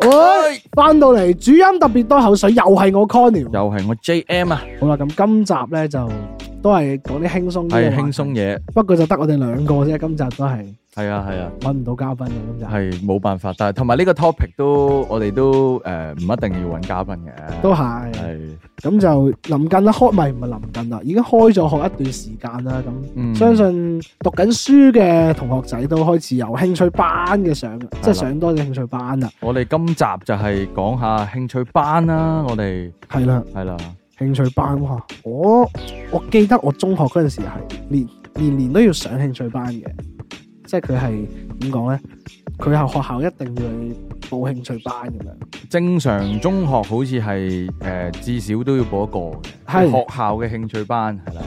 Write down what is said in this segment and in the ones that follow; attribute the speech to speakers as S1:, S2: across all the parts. S1: 喂，翻到嚟主音特別多口水，又係我 Conny。
S2: 哎又係我 JM 啊，
S1: 好啦，咁今集咧就都係講啲輕鬆啲嘅
S2: 係
S1: 話題
S2: 輕鬆，嘢，
S1: 不過就得我哋兩個啫。今集都係
S2: 係啊係啊，
S1: 揾唔到嘉賓嘅今集，
S2: 係冇辦法，但係同埋呢個 topic 都我哋都誒唔一定要揾嘉賓嘅，
S1: 都係
S2: 係
S1: 咁就臨近啦，開咪唔係臨近啦，已經開咗學一段時間啦。咁
S2: 嗯
S1: 相信讀緊書嘅同學仔都開始有興趣班嘅上，即係上多啲興趣班啦。
S2: 我哋今集就係講下興趣班啦，我哋
S1: 係啦，
S2: 係啦，
S1: 興趣班哇！我我記得我中學嗰陣時係年年年都要上興趣班嘅，即係佢係點講咧？佢係學校一定要你報興趣班咁樣。
S2: 正常中學好似係誒至少都要報一個嘅，
S1: 係
S2: 學校嘅興趣班係啦，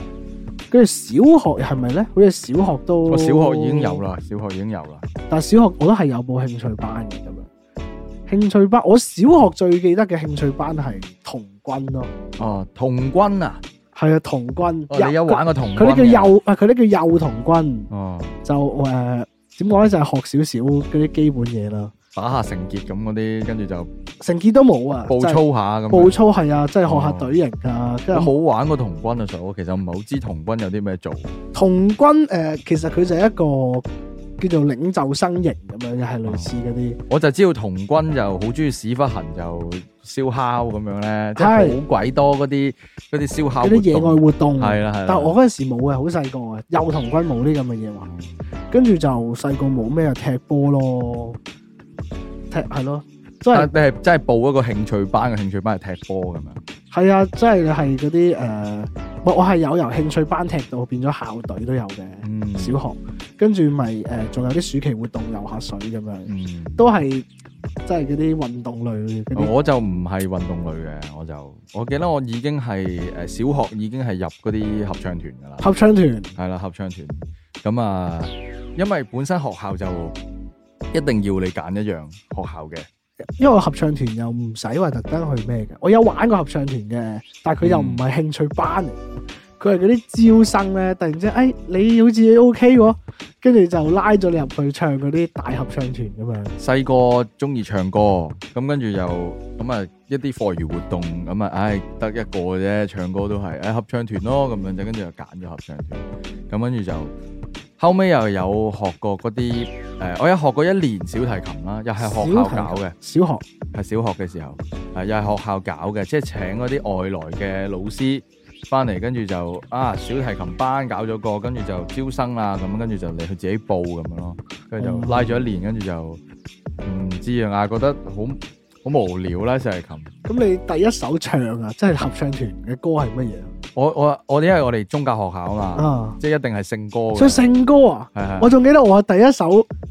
S1: 跟住小學係咪咧？好似小學都
S2: 我小學已經有，啦，小學已經有啦，
S1: 但係小學我都係有報興趣班嘅咁樣。興趣班，我小學最記得嘅興趣班係童軍咯，
S2: 哦童軍啊，
S1: 係啊童軍。
S2: 哦你有玩過童軍
S1: 佢呢
S2: 嘅
S1: 叫幼啊，佢呢叫幼童軍，
S2: 哦
S1: 就誒點講咧？就係、學少少嗰啲基本嘢啦。
S2: 打下成結咁嗰啲，跟住就
S1: 成績都冇啊，
S2: 報
S1: 真係
S2: 操下咁樣。嗯
S1: 步操係啊，即係學下隊形啊，跟
S2: 我冇
S1: 住
S2: 玩過童軍啊，所以我其實唔係好知童軍有啲咩做。
S1: 童軍誒，其實佢就係一個叫做領袖生型咁樣，又係類似嗰啲
S2: 我就知道童軍就好中意屎忽痕就燒烤咁樣咧，即
S1: 係
S2: 係好鬼多嗰啲嗰啲燒烤
S1: 嗰
S2: 活
S1: 啲野外
S2: 動。
S1: 活動。啊
S2: 係啊啦係啦
S1: 但係我嗰陣時冇啊，好細個啊，幼童軍冇呢咁嘅嘢玩，跟住就細個冇咩就啊踢波咯，踢係咯，即係
S2: 但你係真係報一個興趣班嘅興趣班係踢波咁樣。
S1: 係啊，即係係嗰啲誒，我我係有由興趣班踢到變咗校隊都有嘅，
S2: 嗯，
S1: 小學跟住咪誒仲有啲暑期活動游下水咁樣。
S2: 嗯，
S1: 都係即係嗰啲運動類嗰啲，
S2: 我就唔係運動類嘅，我就我記得我已經係誒小學已經係入嗰啲合唱團㗎啦。
S1: 合唱團
S2: 係啦，合唱團。咁啊，因為本身學校就一定要你揀一樣學校嘅。
S1: 因為我合唱團又唔使話特登去咩嘅，我有玩過合唱團嘅，但係佢
S2: 嗯
S1: 又唔係興趣班嚟嘅，佢係嗰啲招生咧，突然之間，哎，你好似 O K 喎，跟住就拉咗你入去唱嗰啲大合唱團咁樣，
S2: 細個中意唱歌，咁跟住又咁啊一啲課餘活動，咁啊唉得一個嘅啫，唱歌都係唉合唱團咯，咁樣就跟住就揀咗合唱團，咁跟住就後尾又有學過嗰啲誒，我有學過一年小提琴啦，又係學校搞嘅，
S1: 小學
S2: 係小學嘅時候，係又係學校搞嘅，即係請嗰啲外來嘅老師翻嚟，跟住就啊小提琴班搞咗個，跟住就招生啦，咁跟住就你去自己報咁樣咯，跟
S1: 哦
S2: 住就拉咗一年，跟住就唔知啊，覺得好好無聊啦小提琴。
S1: 咁你第一首唱啊，即係合唱團嘅歌係乜嘢
S2: 我我我因為我哋宗教學校啊嘛，
S1: 啊？
S2: 即係一定係聖歌
S1: 唱
S2: 嘅，
S1: 聖歌啊！
S2: 係係
S1: 我仲記得我第一首，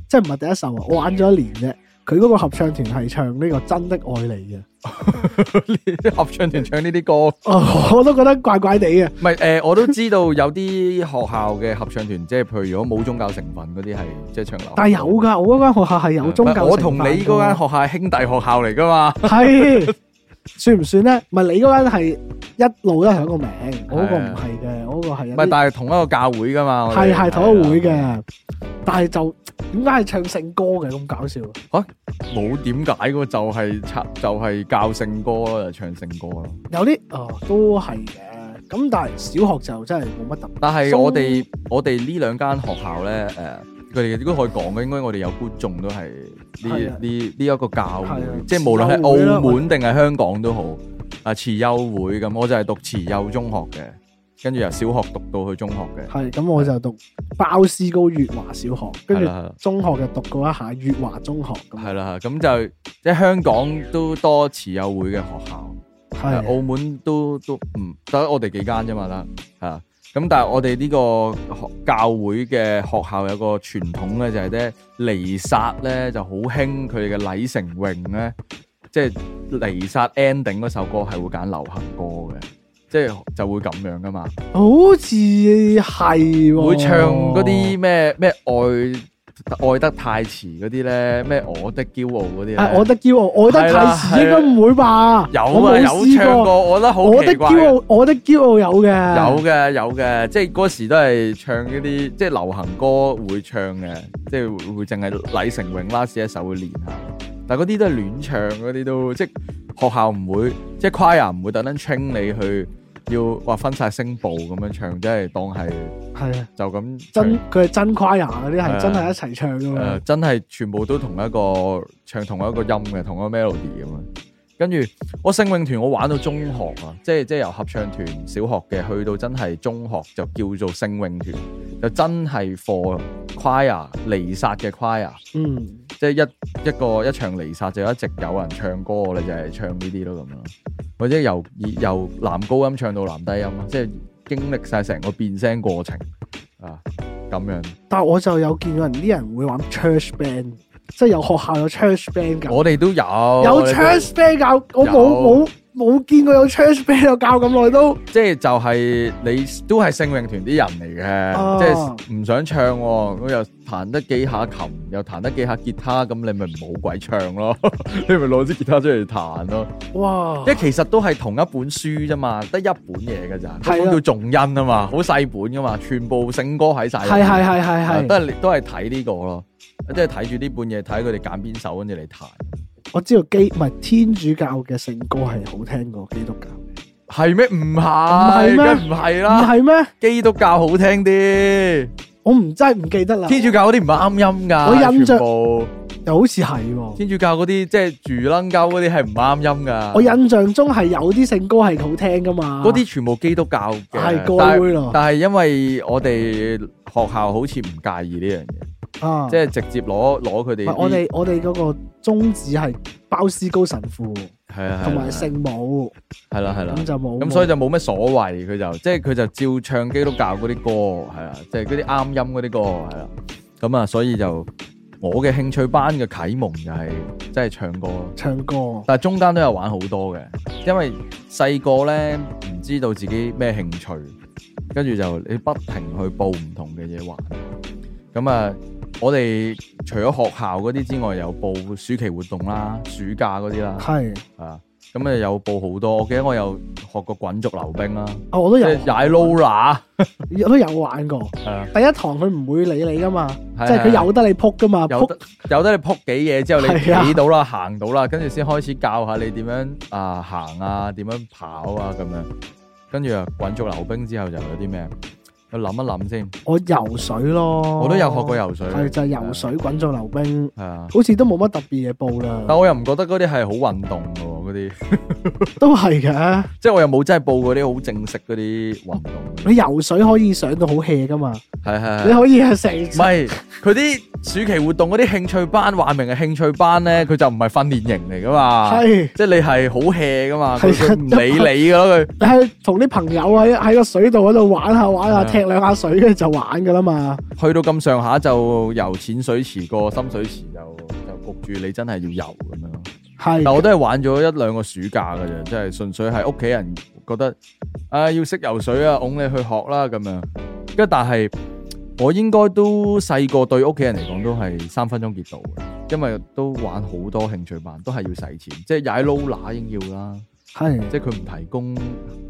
S1: 即係唔係第一首啊，我玩咗一年啫。佢嗰個合唱團係唱呢個真的愛你嘅。
S2: 係 合唱團唱呢啲歌。
S1: 哦， 我都覺得怪怪地嘅。
S2: 唔係誒，我都知道有啲學校嘅合唱團，即係譬如如果冇宗教成分嗰啲係即係唱流行歌。
S1: 但係有㗎，我嗰間學校係有宗教成分㗎。
S2: 嗯我同你嗰間學校係兄弟學校嚟噶嘛？
S1: 係算唔算咧？唔係你嗰間係一路都係一個名，我嗰個唔係嘅，我嗰個係有
S2: 啊唔係，
S1: 啲
S2: 但係同一個教會噶嘛？我哋啊
S1: 係啊係同一個會。嘅，但係就點解係唱聖歌嘅咁搞笑？
S2: 冇點解嘅，就係插就係教聖歌咯，就唱聖歌咯。
S1: 有啲哦都係嘅，咁但係小學就真係冇乜特別。
S2: 但係
S1: 中
S2: 我哋我哋呢兩間學校咧，誒佢哋如果可以講嘅，應該我哋有觀眾都係呢
S1: 係啊
S2: 呢呢一個教會
S1: 係啊，
S2: 即係無論係
S1: 慈幼會啦
S2: 澳門定係香港都好，啊慈幼會咁，我就係讀慈幼中學嘅，跟住由小學讀到去中學嘅。
S1: 係咁，我就讀包斯高粵華小學，跟
S2: 係
S1: 住
S2: 啦係啦
S1: 中學就讀過一下粵華中學咁。
S2: 係啦，咁就即係香港都多慈幼會嘅學校，
S1: 係
S2: 誒澳門都都唔得我哋幾間啫嘛啦，係啊，咁但係我哋呢個學教會嘅學校有個傳統咧，就係咧彌撒咧就好興佢哋嘅禮成詠咧，即係彌撒 ending 嗰首歌係會揀流行歌嘅。即係就會咁樣噶嘛，
S1: 好似係喎
S2: 會唱嗰啲咩咩愛愛得太遲嗰啲咧，咩我的驕傲嗰啲咧
S1: 啊！我的驕傲，我的提示應該唔會吧？
S2: 啊有
S1: 我
S2: 啊，
S1: 冇
S2: 有
S1: 試
S2: 唱過，我覺得好
S1: 我
S2: 奇
S1: 的
S2: 怪
S1: 驕
S2: 嘅。
S1: 傲，啊我的驕傲有嘅，
S2: 有嘅有嘅，即係嗰時都係唱嗰啲即係流行歌會唱嘅，即係會會淨係禮成詠 last 一首會練下。但係嗰啲都係亂唱嗰啲都，即係學校唔會，即係 choir 唔會特登 train 你去要話分晒聲部咁樣唱，即係當係
S1: 係啊，
S2: 就咁唱
S1: 真佢係真 choir 嗰啲
S2: 係啊
S1: 係真係一齊唱噶
S2: 誒、
S1: 嘛，
S2: 呃真係啊全部都同一個唱同一個音嘅同一個 melody 咁樣。跟住我聖詠團我玩到中學啊，即係即係由合唱團小學嘅去到真係中學就叫做聖詠團，就真係 for choir 離殺嘅 choir，
S1: 嗯，
S2: 即係一一個一場離殺就一直有人唱歌，我哋就係唱呢啲咯咁樣，或者由由男高音唱到男低音啦，即係經歷晒成個變聲過程啊咁樣。
S1: 但係我就有見到人啲人會玩 church band，即係有學校有 church band 㗎。
S2: 哦我哋都有
S1: 有
S2: 有
S1: church band 教，我
S2: 有
S1: 冇冇冇見過有 church band 有教咁耐都。
S2: 即係就係你都係聖詠團啲人嚟嘅，
S1: 哦
S2: 即係唔想唱喎、咁又彈得幾下琴，又彈得幾下吉他，咁你咪唔好鬼唱咯， 你咪攞支吉他出嚟彈咯。
S1: 哇
S2: 即！係其實都係同一本書啫嘛，得一本嘢㗎咋，
S1: 係啊
S2: 嗰本叫重恩啊嘛，好細本㗎嘛，全部聖歌喺晒入
S1: 係
S2: 面。
S1: 係係係係，
S2: 啊都係都係睇呢個咯，即係睇住呢本嘢，睇佢哋揀邊首，跟住嚟彈。
S1: 我知道基唔係天主教嘅聖歌係好聽過基督教嘅，
S2: 係咩？唔
S1: 係
S2: 係，
S1: 咩
S2: 梗唔係
S1: 唔
S2: 啦，
S1: 係咩？
S2: 基督教好聽啲。
S1: 我唔真係唔記得啦，
S2: 天主教嗰啲唔啱音噶，
S1: 哦我印象
S2: 全部
S1: 又好似係喎。
S2: 天主教嗰啲即係住楞鳩嗰啲係唔啱音噶。
S1: 我印象中係有啲聖歌係好聽噶嘛，
S2: 嗰啲全部基督教嘅，
S1: 係
S2: 但
S1: 歌
S2: 係
S1: 會咯，
S2: 但係因為我哋學校好似唔介意呢樣嘢，
S1: 啊，
S2: 即係直接攞攞佢哋
S1: 唔係我哋我哋嗰個宗旨係包斯高神父
S2: 係啊，
S1: 同埋聖母，
S2: 係啦係啦
S1: 咁。就冇
S2: 咁所以就冇乜所謂，佢就即係佢就照唱基督教嗰啲歌，係啊，即係嗰啲啱音嗰啲歌，係啦。咁啊，所以就我嘅興趣班嘅啟蒙就係即係唱歌咯。
S1: 唱歌，
S2: 但係中間都有玩好多嘅，因為細個咧唔知道自己咩興趣，跟住就你不停去報唔同嘅嘢玩。咁啊，我哋除咗學校嗰啲之外，有報暑期活動啦、暑假嗰啲啦，
S1: 係
S2: 啊，咁啊有報好多。我記得我有學過滾軸溜冰啦，
S1: 啊我都
S2: 即
S1: 有
S2: 係踩 roller，啊
S1: 我都有玩過。
S2: 係啊，
S1: 第一堂佢唔會理你噶嘛，
S2: 係
S1: 即係佢由得你撲噶嘛，
S2: 有
S1: 撲
S2: 得有得你撲幾嘢之後，你
S1: 係啊
S2: 企到啦、行到啦，跟住先開始教下你點樣啊行啊、點樣跑啊咁樣。跟住啊，滾軸溜冰之後就有啲咩？我諗一諗先，
S1: 我游水咯。
S2: 我都有學過游水，
S1: 哦係就係游水、滾做溜冰，
S2: 係啊。
S1: 好似都冇乜特別嘢報啦，
S2: 但我又唔覺得嗰啲係好運動嘅喎，嗰啲
S1: 都係嘅。
S2: 即係我又冇真係報嗰啲好正式嗰啲運動。
S1: 你游水可以上到好 hea 噶嘛，
S2: 係係
S1: 你
S2: 係。
S1: 可以係成
S2: 唔係佢啲暑期活動嗰啲興趣班，話明係興趣班咧，佢就唔係訓練營嚟噶嘛。
S1: 係
S2: 即係你係好 hea 噶嘛，佢
S1: 係啊
S2: 佢唔理你噶咯，佢
S1: 你係同啲朋友喺喺個水度嗰度玩下玩
S2: 係啊
S1: 下，踢兩下水跟住就玩噶啦嘛。
S2: 去到咁上下就由淺水池過深水池就就焗住你真係要游咁樣。但
S1: 係
S2: 我都係玩咗一兩個暑假嘅啫，即係純粹係屋企人覺得啊要識游水啊，拱你去學啦咁樣。跟住但係我應該都細個對屋企人嚟講都係三分鐘熱度嘅，因為都玩好多興趣班，都係要使錢，即係踩 roller 已經要啦，
S1: 係，
S2: 即係佢唔提供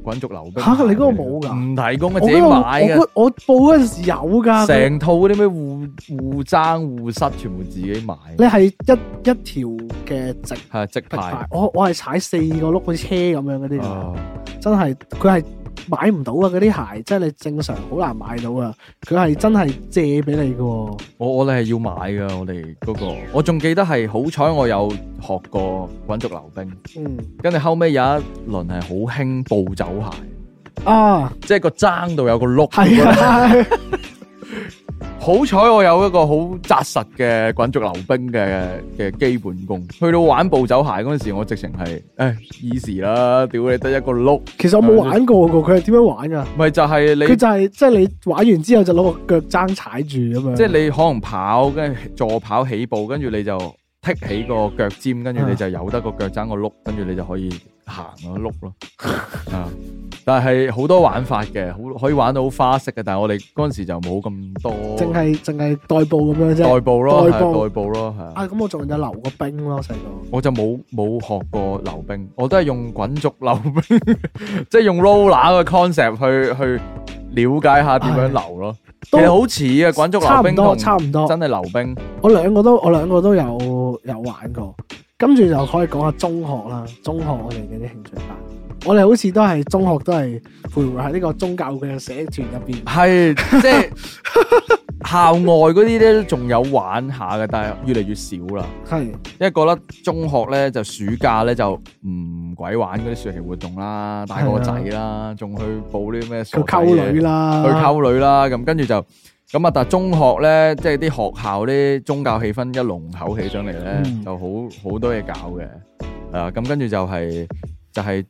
S2: 滾軸溜冰。
S1: 嚇你嗰個冇㗎
S2: 唔提供嘅，
S1: 我
S2: 自己
S1: 嗰個
S2: 買嘅
S1: 我。嗰我報嗰陣時有㗎，啊佢
S2: 成套嗰啲咩互互爭互塞，全部自己買，
S1: 你係一一條嘅直
S2: 係
S1: 直
S2: 直
S1: 排
S2: 派。，
S1: 我我係踩四個碌好似車咁樣嗰啲㗎。
S2: 啊
S1: 真係佢係買唔到啊！嗰啲鞋真係你正常好難買到啊！佢係真係借俾你嘅喎，
S2: 我我哋係要買噶，我哋嗰、個，我仲記得係好彩我有學過滾軸溜冰，
S1: 嗯
S2: 跟住後尾有一輪係好興暴走鞋，
S1: 啊，
S2: 即係個踭度有個碌。
S1: 係啊，
S2: 好彩我有一個好紮實嘅滾軸溜冰嘅嘅基本功。去到玩暴走鞋嗰陣時，我直情係誒 easy 啦，屌你得一個碌，
S1: 其實我冇玩過喎，佢係點樣玩㗎？
S2: 咪就係啊你
S1: 佢就係即係你玩完之後就攞個腳踭踩住咁樣，
S2: 即係你可能跑，跟住助跑起步，跟住你就剔起個腳尖，跟
S1: 啊
S2: 住你就由得個腳踭個碌，跟住你就可以行咯碌咯。啊！但係好多玩法嘅，好可以玩到好花式嘅，但係我哋嗰陣時就冇咁
S1: 淨
S2: 多
S1: 係淨係代步咁樣啫。
S2: 代步咯，係
S1: 代步
S2: 代步咯，係啊
S1: 啊，咁我仲有溜過冰咯，細個。
S2: 我就冇冇學過溜冰，我都係用滾軸溜冰， 即係用 roller 嘅 concept 去去了解下點樣溜咯。其
S1: 都
S2: 實好似啊，滾軸溜
S1: 差唔
S2: 冰
S1: 多，
S2: 同
S1: 差唔多。
S2: 真係溜冰
S1: 我兩個都我兩個都有有玩過，跟住就可以講下中學啦，中學我哋嘅啲興趣班，我哋好似都係中學都係徘徊喺呢個宗教嘅社團入邊。
S2: 係即係校外嗰啲咧，仲有玩下嘅，但係越嚟越少啦。
S1: 係
S2: 因為覺得中學咧就暑假咧就唔鬼玩嗰啲暑期活動啦，大個仔啦，仲去報啲
S1: 佢
S2: 咩傻仔
S1: 溝
S2: 嘢
S1: 女啦，
S2: 去溝女啦，咁跟住就咁啊！但係中學咧，即係啲學校啲宗教氣氛一濃厚起上嚟咧，
S1: 嗯
S2: 就好好多嘢搞嘅，係啊！咁跟住就係、就係、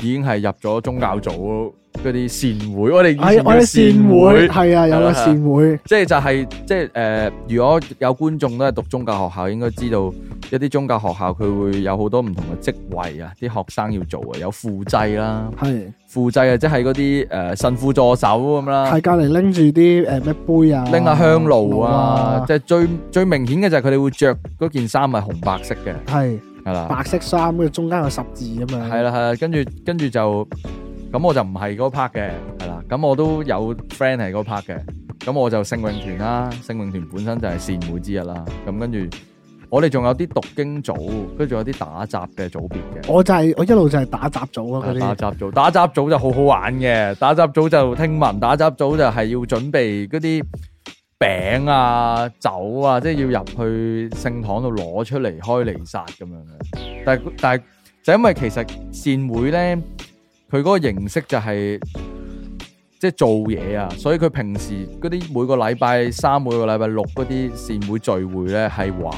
S2: 已經係入咗宗教組嗰啲善會，我哋以
S1: 係
S2: 前
S1: 哎我哋善
S2: 嘅
S1: 會
S2: 善會。
S1: 係啊，有
S2: 係
S1: 個
S2: 啦
S1: 善會，
S2: 即係就係、即係誒、呃如果有觀眾都係讀宗教學校，應該知道一啲宗教學校佢會有好多唔同嘅職位啊，啲學生要做啊，有副祭啦，
S1: 係
S2: 副祭啊，即係嗰啲誒神父助手咁啦，
S1: 係隔離拎住啲誒咩杯啊，
S2: 啊拎下香爐
S1: 爐
S2: 啊，即係最最明顯嘅就係佢哋會着嗰件衫係紅白色嘅，
S1: 係
S2: 係啦，
S1: 白色衫，跟住中間有十字咁樣。
S2: 係啦，係啦，跟住跟住就咁我就唔係嗰 part 嘅，係啦，咁我都有 friend 係嗰 part 嘅，咁我就聖詠團啦，聖詠團本身就係善會之一啦，咁跟住我哋仲有啲讀經組，跟住有啲打雜嘅組別嘅。
S1: 我就係我一路就係打雜組啊嗰
S2: 打
S1: 啲，
S2: 雜組，打雜組就好好玩嘅。打雜組就聽聞，打雜組就係要準備嗰啲餅啊、酒啊，即係要入去聖堂度攞出嚟開彌撒咁樣嘅。但係但係就因為其實善會咧，佢嗰個形式就係、即係做嘢啊，所以佢平時嗰啲每個禮拜三、每個禮拜六嗰啲善會聚會咧係玩，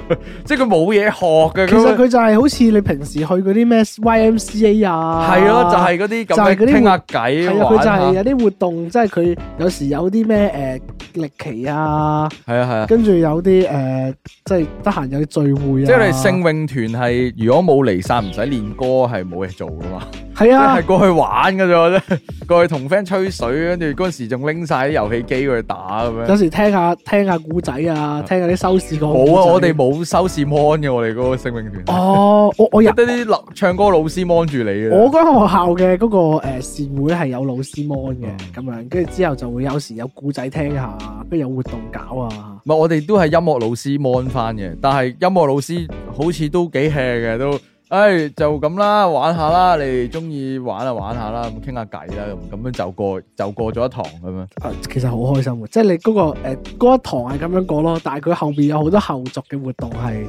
S2: 即係佢冇嘢學嘅。
S1: 其實佢就係好似你平時去嗰啲咩 YMCA 啊，
S2: 系咯，就係嗰啲
S1: 就係嗰
S2: 咁嘅
S1: 啲
S2: 傾下
S1: 係
S2: 偈
S1: 啊，佢
S2: 玩
S1: 就
S2: 下
S1: 係，有啲活動，即係佢有時有啲咩誒歷奇啊，
S2: 係啊係啊。
S1: 跟住有啲誒即係得閒有啲聚會啊，
S2: 即係你聖詠團係如果冇離散唔使練歌係冇嘢做噶嘛，
S1: 係
S2: 即
S1: 啊
S2: 係。過去玩噶啫，即係 過去同 friend 吹水，跟住嗰陣時仲拎晒啲遊戲機去打咁樣
S1: 有。時聽下聽下古仔啊，聽下啲收視個
S2: 冇啊，我哋冇收視 mon 嘅，我哋嗰個聖詠團，
S1: 哦，我我入
S2: 得啲立唱歌老師 mon 住你嘅。
S1: 我嗰間學校嘅嗰個誒善會係有老師 mon 嘅
S2: 嗯
S1: 咁樣，跟住之後就會有時有古仔聽下，跟住有活動搞啊。
S2: 唔係，我哋都係音樂老師 mon 翻嘅，但係音樂老師好似都幾 hea 嘅，都，唉、就咁啦，玩下啦，你哋中意玩啊玩下啦，咁傾下偈啦，咁咁樣就過就過咗一堂咁樣。
S1: 啊其實好開心嘅，即係你嗰、個誒嗰、一堂係咁樣過咯，但係佢後邊有好多後續嘅活動係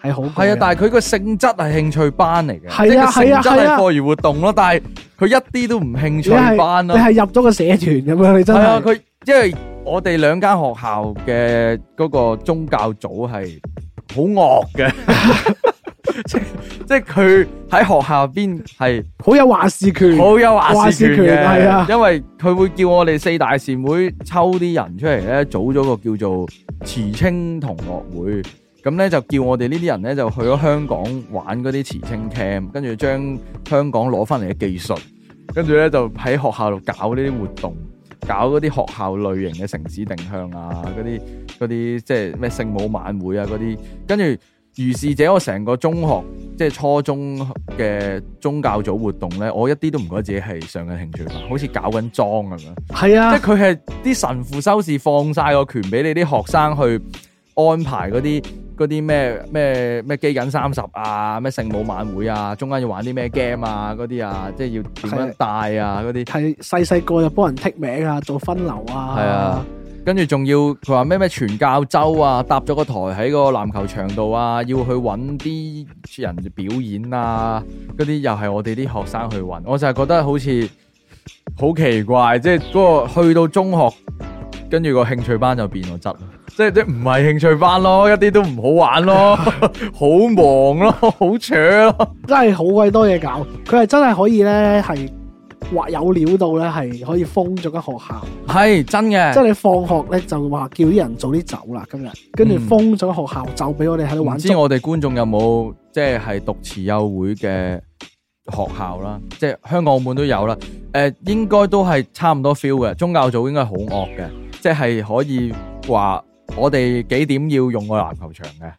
S1: 係好
S2: 係啊，但
S1: 係
S2: 係佢個性質係興趣班嚟嘅，
S1: 係啊
S2: 即係個性質
S1: 係啊係
S2: 係
S1: 啊
S2: 課餘活動咯，但係佢一啲都唔興趣班
S1: 你
S2: 咯。
S1: 係入咗個社團咁樣，你真
S2: 係啊，
S1: 係
S2: 佢因為我哋兩間學校嘅嗰個宗教組係好惡嘅，即即係佢喺學校入邊係。
S1: 好有話事權，
S2: 好有話事權
S1: 話事權係
S2: 嘅，
S1: 啊
S2: 因為佢會叫我哋四大善會抽啲人出嚟咧，組咗個叫做慈青同樂會。咁咧就叫我哋呢啲人咧就去咗香港玩嗰啲慈青 camp，跟住將香港攞翻嚟嘅技術，跟住咧就喺學校度搞呢啲活動，搞嗰啲學校類型嘅城市定向啊，嗰啲嗰啲即係咩聖母晚會啊嗰啲，跟住如是者我成個中學即係初中嘅宗教組活動咧，我一啲都唔覺得自己係上緊興趣班，好似搞緊莊咁樣。
S1: 係
S2: 即係
S1: 啊，
S2: 佢係啲神父修士放晒個權俾你啲學生去安排嗰啲嗰啲咩咩咩基緊三十啊，咩聖母晚會啊，中間要玩啲咩 game 啊嗰啲啊，即係要點樣帶啊嗰啲，
S1: 係細細個就幫人剔名啊，做分流啊，
S2: 係啊，跟住仲要佢話咩咩傳教周啊，搭咗個台喺個籃球場度啊，要去揾啲人表演啊，嗰啲又係我哋啲學生去揾，我就係覺得好似好奇怪，即係嗰個去到中學，跟住個興趣班就變咗質啦。即係即係唔係興趣班咯，一啲都唔好玩咯， 好忙咯，好扯咯，
S1: 真係好鬼多嘢搞。佢係真係可以咧係話有料到咧係可以封咗間學校。
S2: 係真嘅，
S1: 即係你放學咧就話叫啲人早啲走啦，今日跟住
S2: 嗯
S1: 封咗學校就俾我哋喺度
S2: 唔
S1: 玩
S2: 知
S1: 捉。
S2: 我哋觀眾有冇即係係讀慈幼會嘅學校啦，即係香港、澳門都有啦。誒、應該都係差唔多 feel 嘅。宗教組應該好惡嘅，即係可以話我哋幾點要用個籃球場嘅，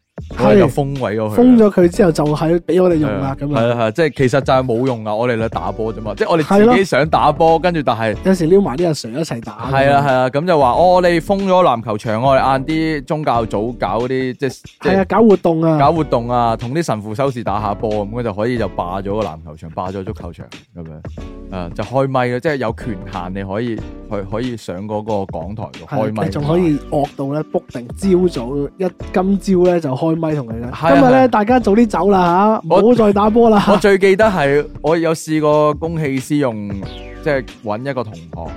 S2: 我哋就
S1: 係
S2: 封位咗佢啦。啊
S1: 封咗佢之後就係俾我哋用啦咁
S2: 係
S1: 啊。
S2: 啦係啦，即係其實就係冇用啊！我哋嚟打波啫嘛，即係我
S1: 係
S2: 哋
S1: 咯
S2: 自己想打波，跟住但係
S1: 有時撩埋啲阿 Sir 一齊打。
S2: 係啦係啦，咁就話哦，我哋封咗籃球場，我哋晏啲宗教組搞嗰啲即係即
S1: 係啊，
S2: 係
S1: 搞活動啊，
S2: 搞活動啊，同啲神父修士打下波咁，咁就可以就霸咗個籃球場，霸咗足球場咁樣，啊就開咪嘅，即係有權限你可以去可以上嗰個講台度
S1: 係
S2: 開咪，
S1: 你仲可以惡到咧 book 定朝早一今朝咧就開咪同你啦。
S2: 係啊
S1: 今日
S2: 係啊
S1: 咧大家早啲走啦吓，
S2: 我
S1: 唔好再打波
S2: 我
S1: 啦。
S2: 最記得係我有試過公器私用，即係揾一個同學，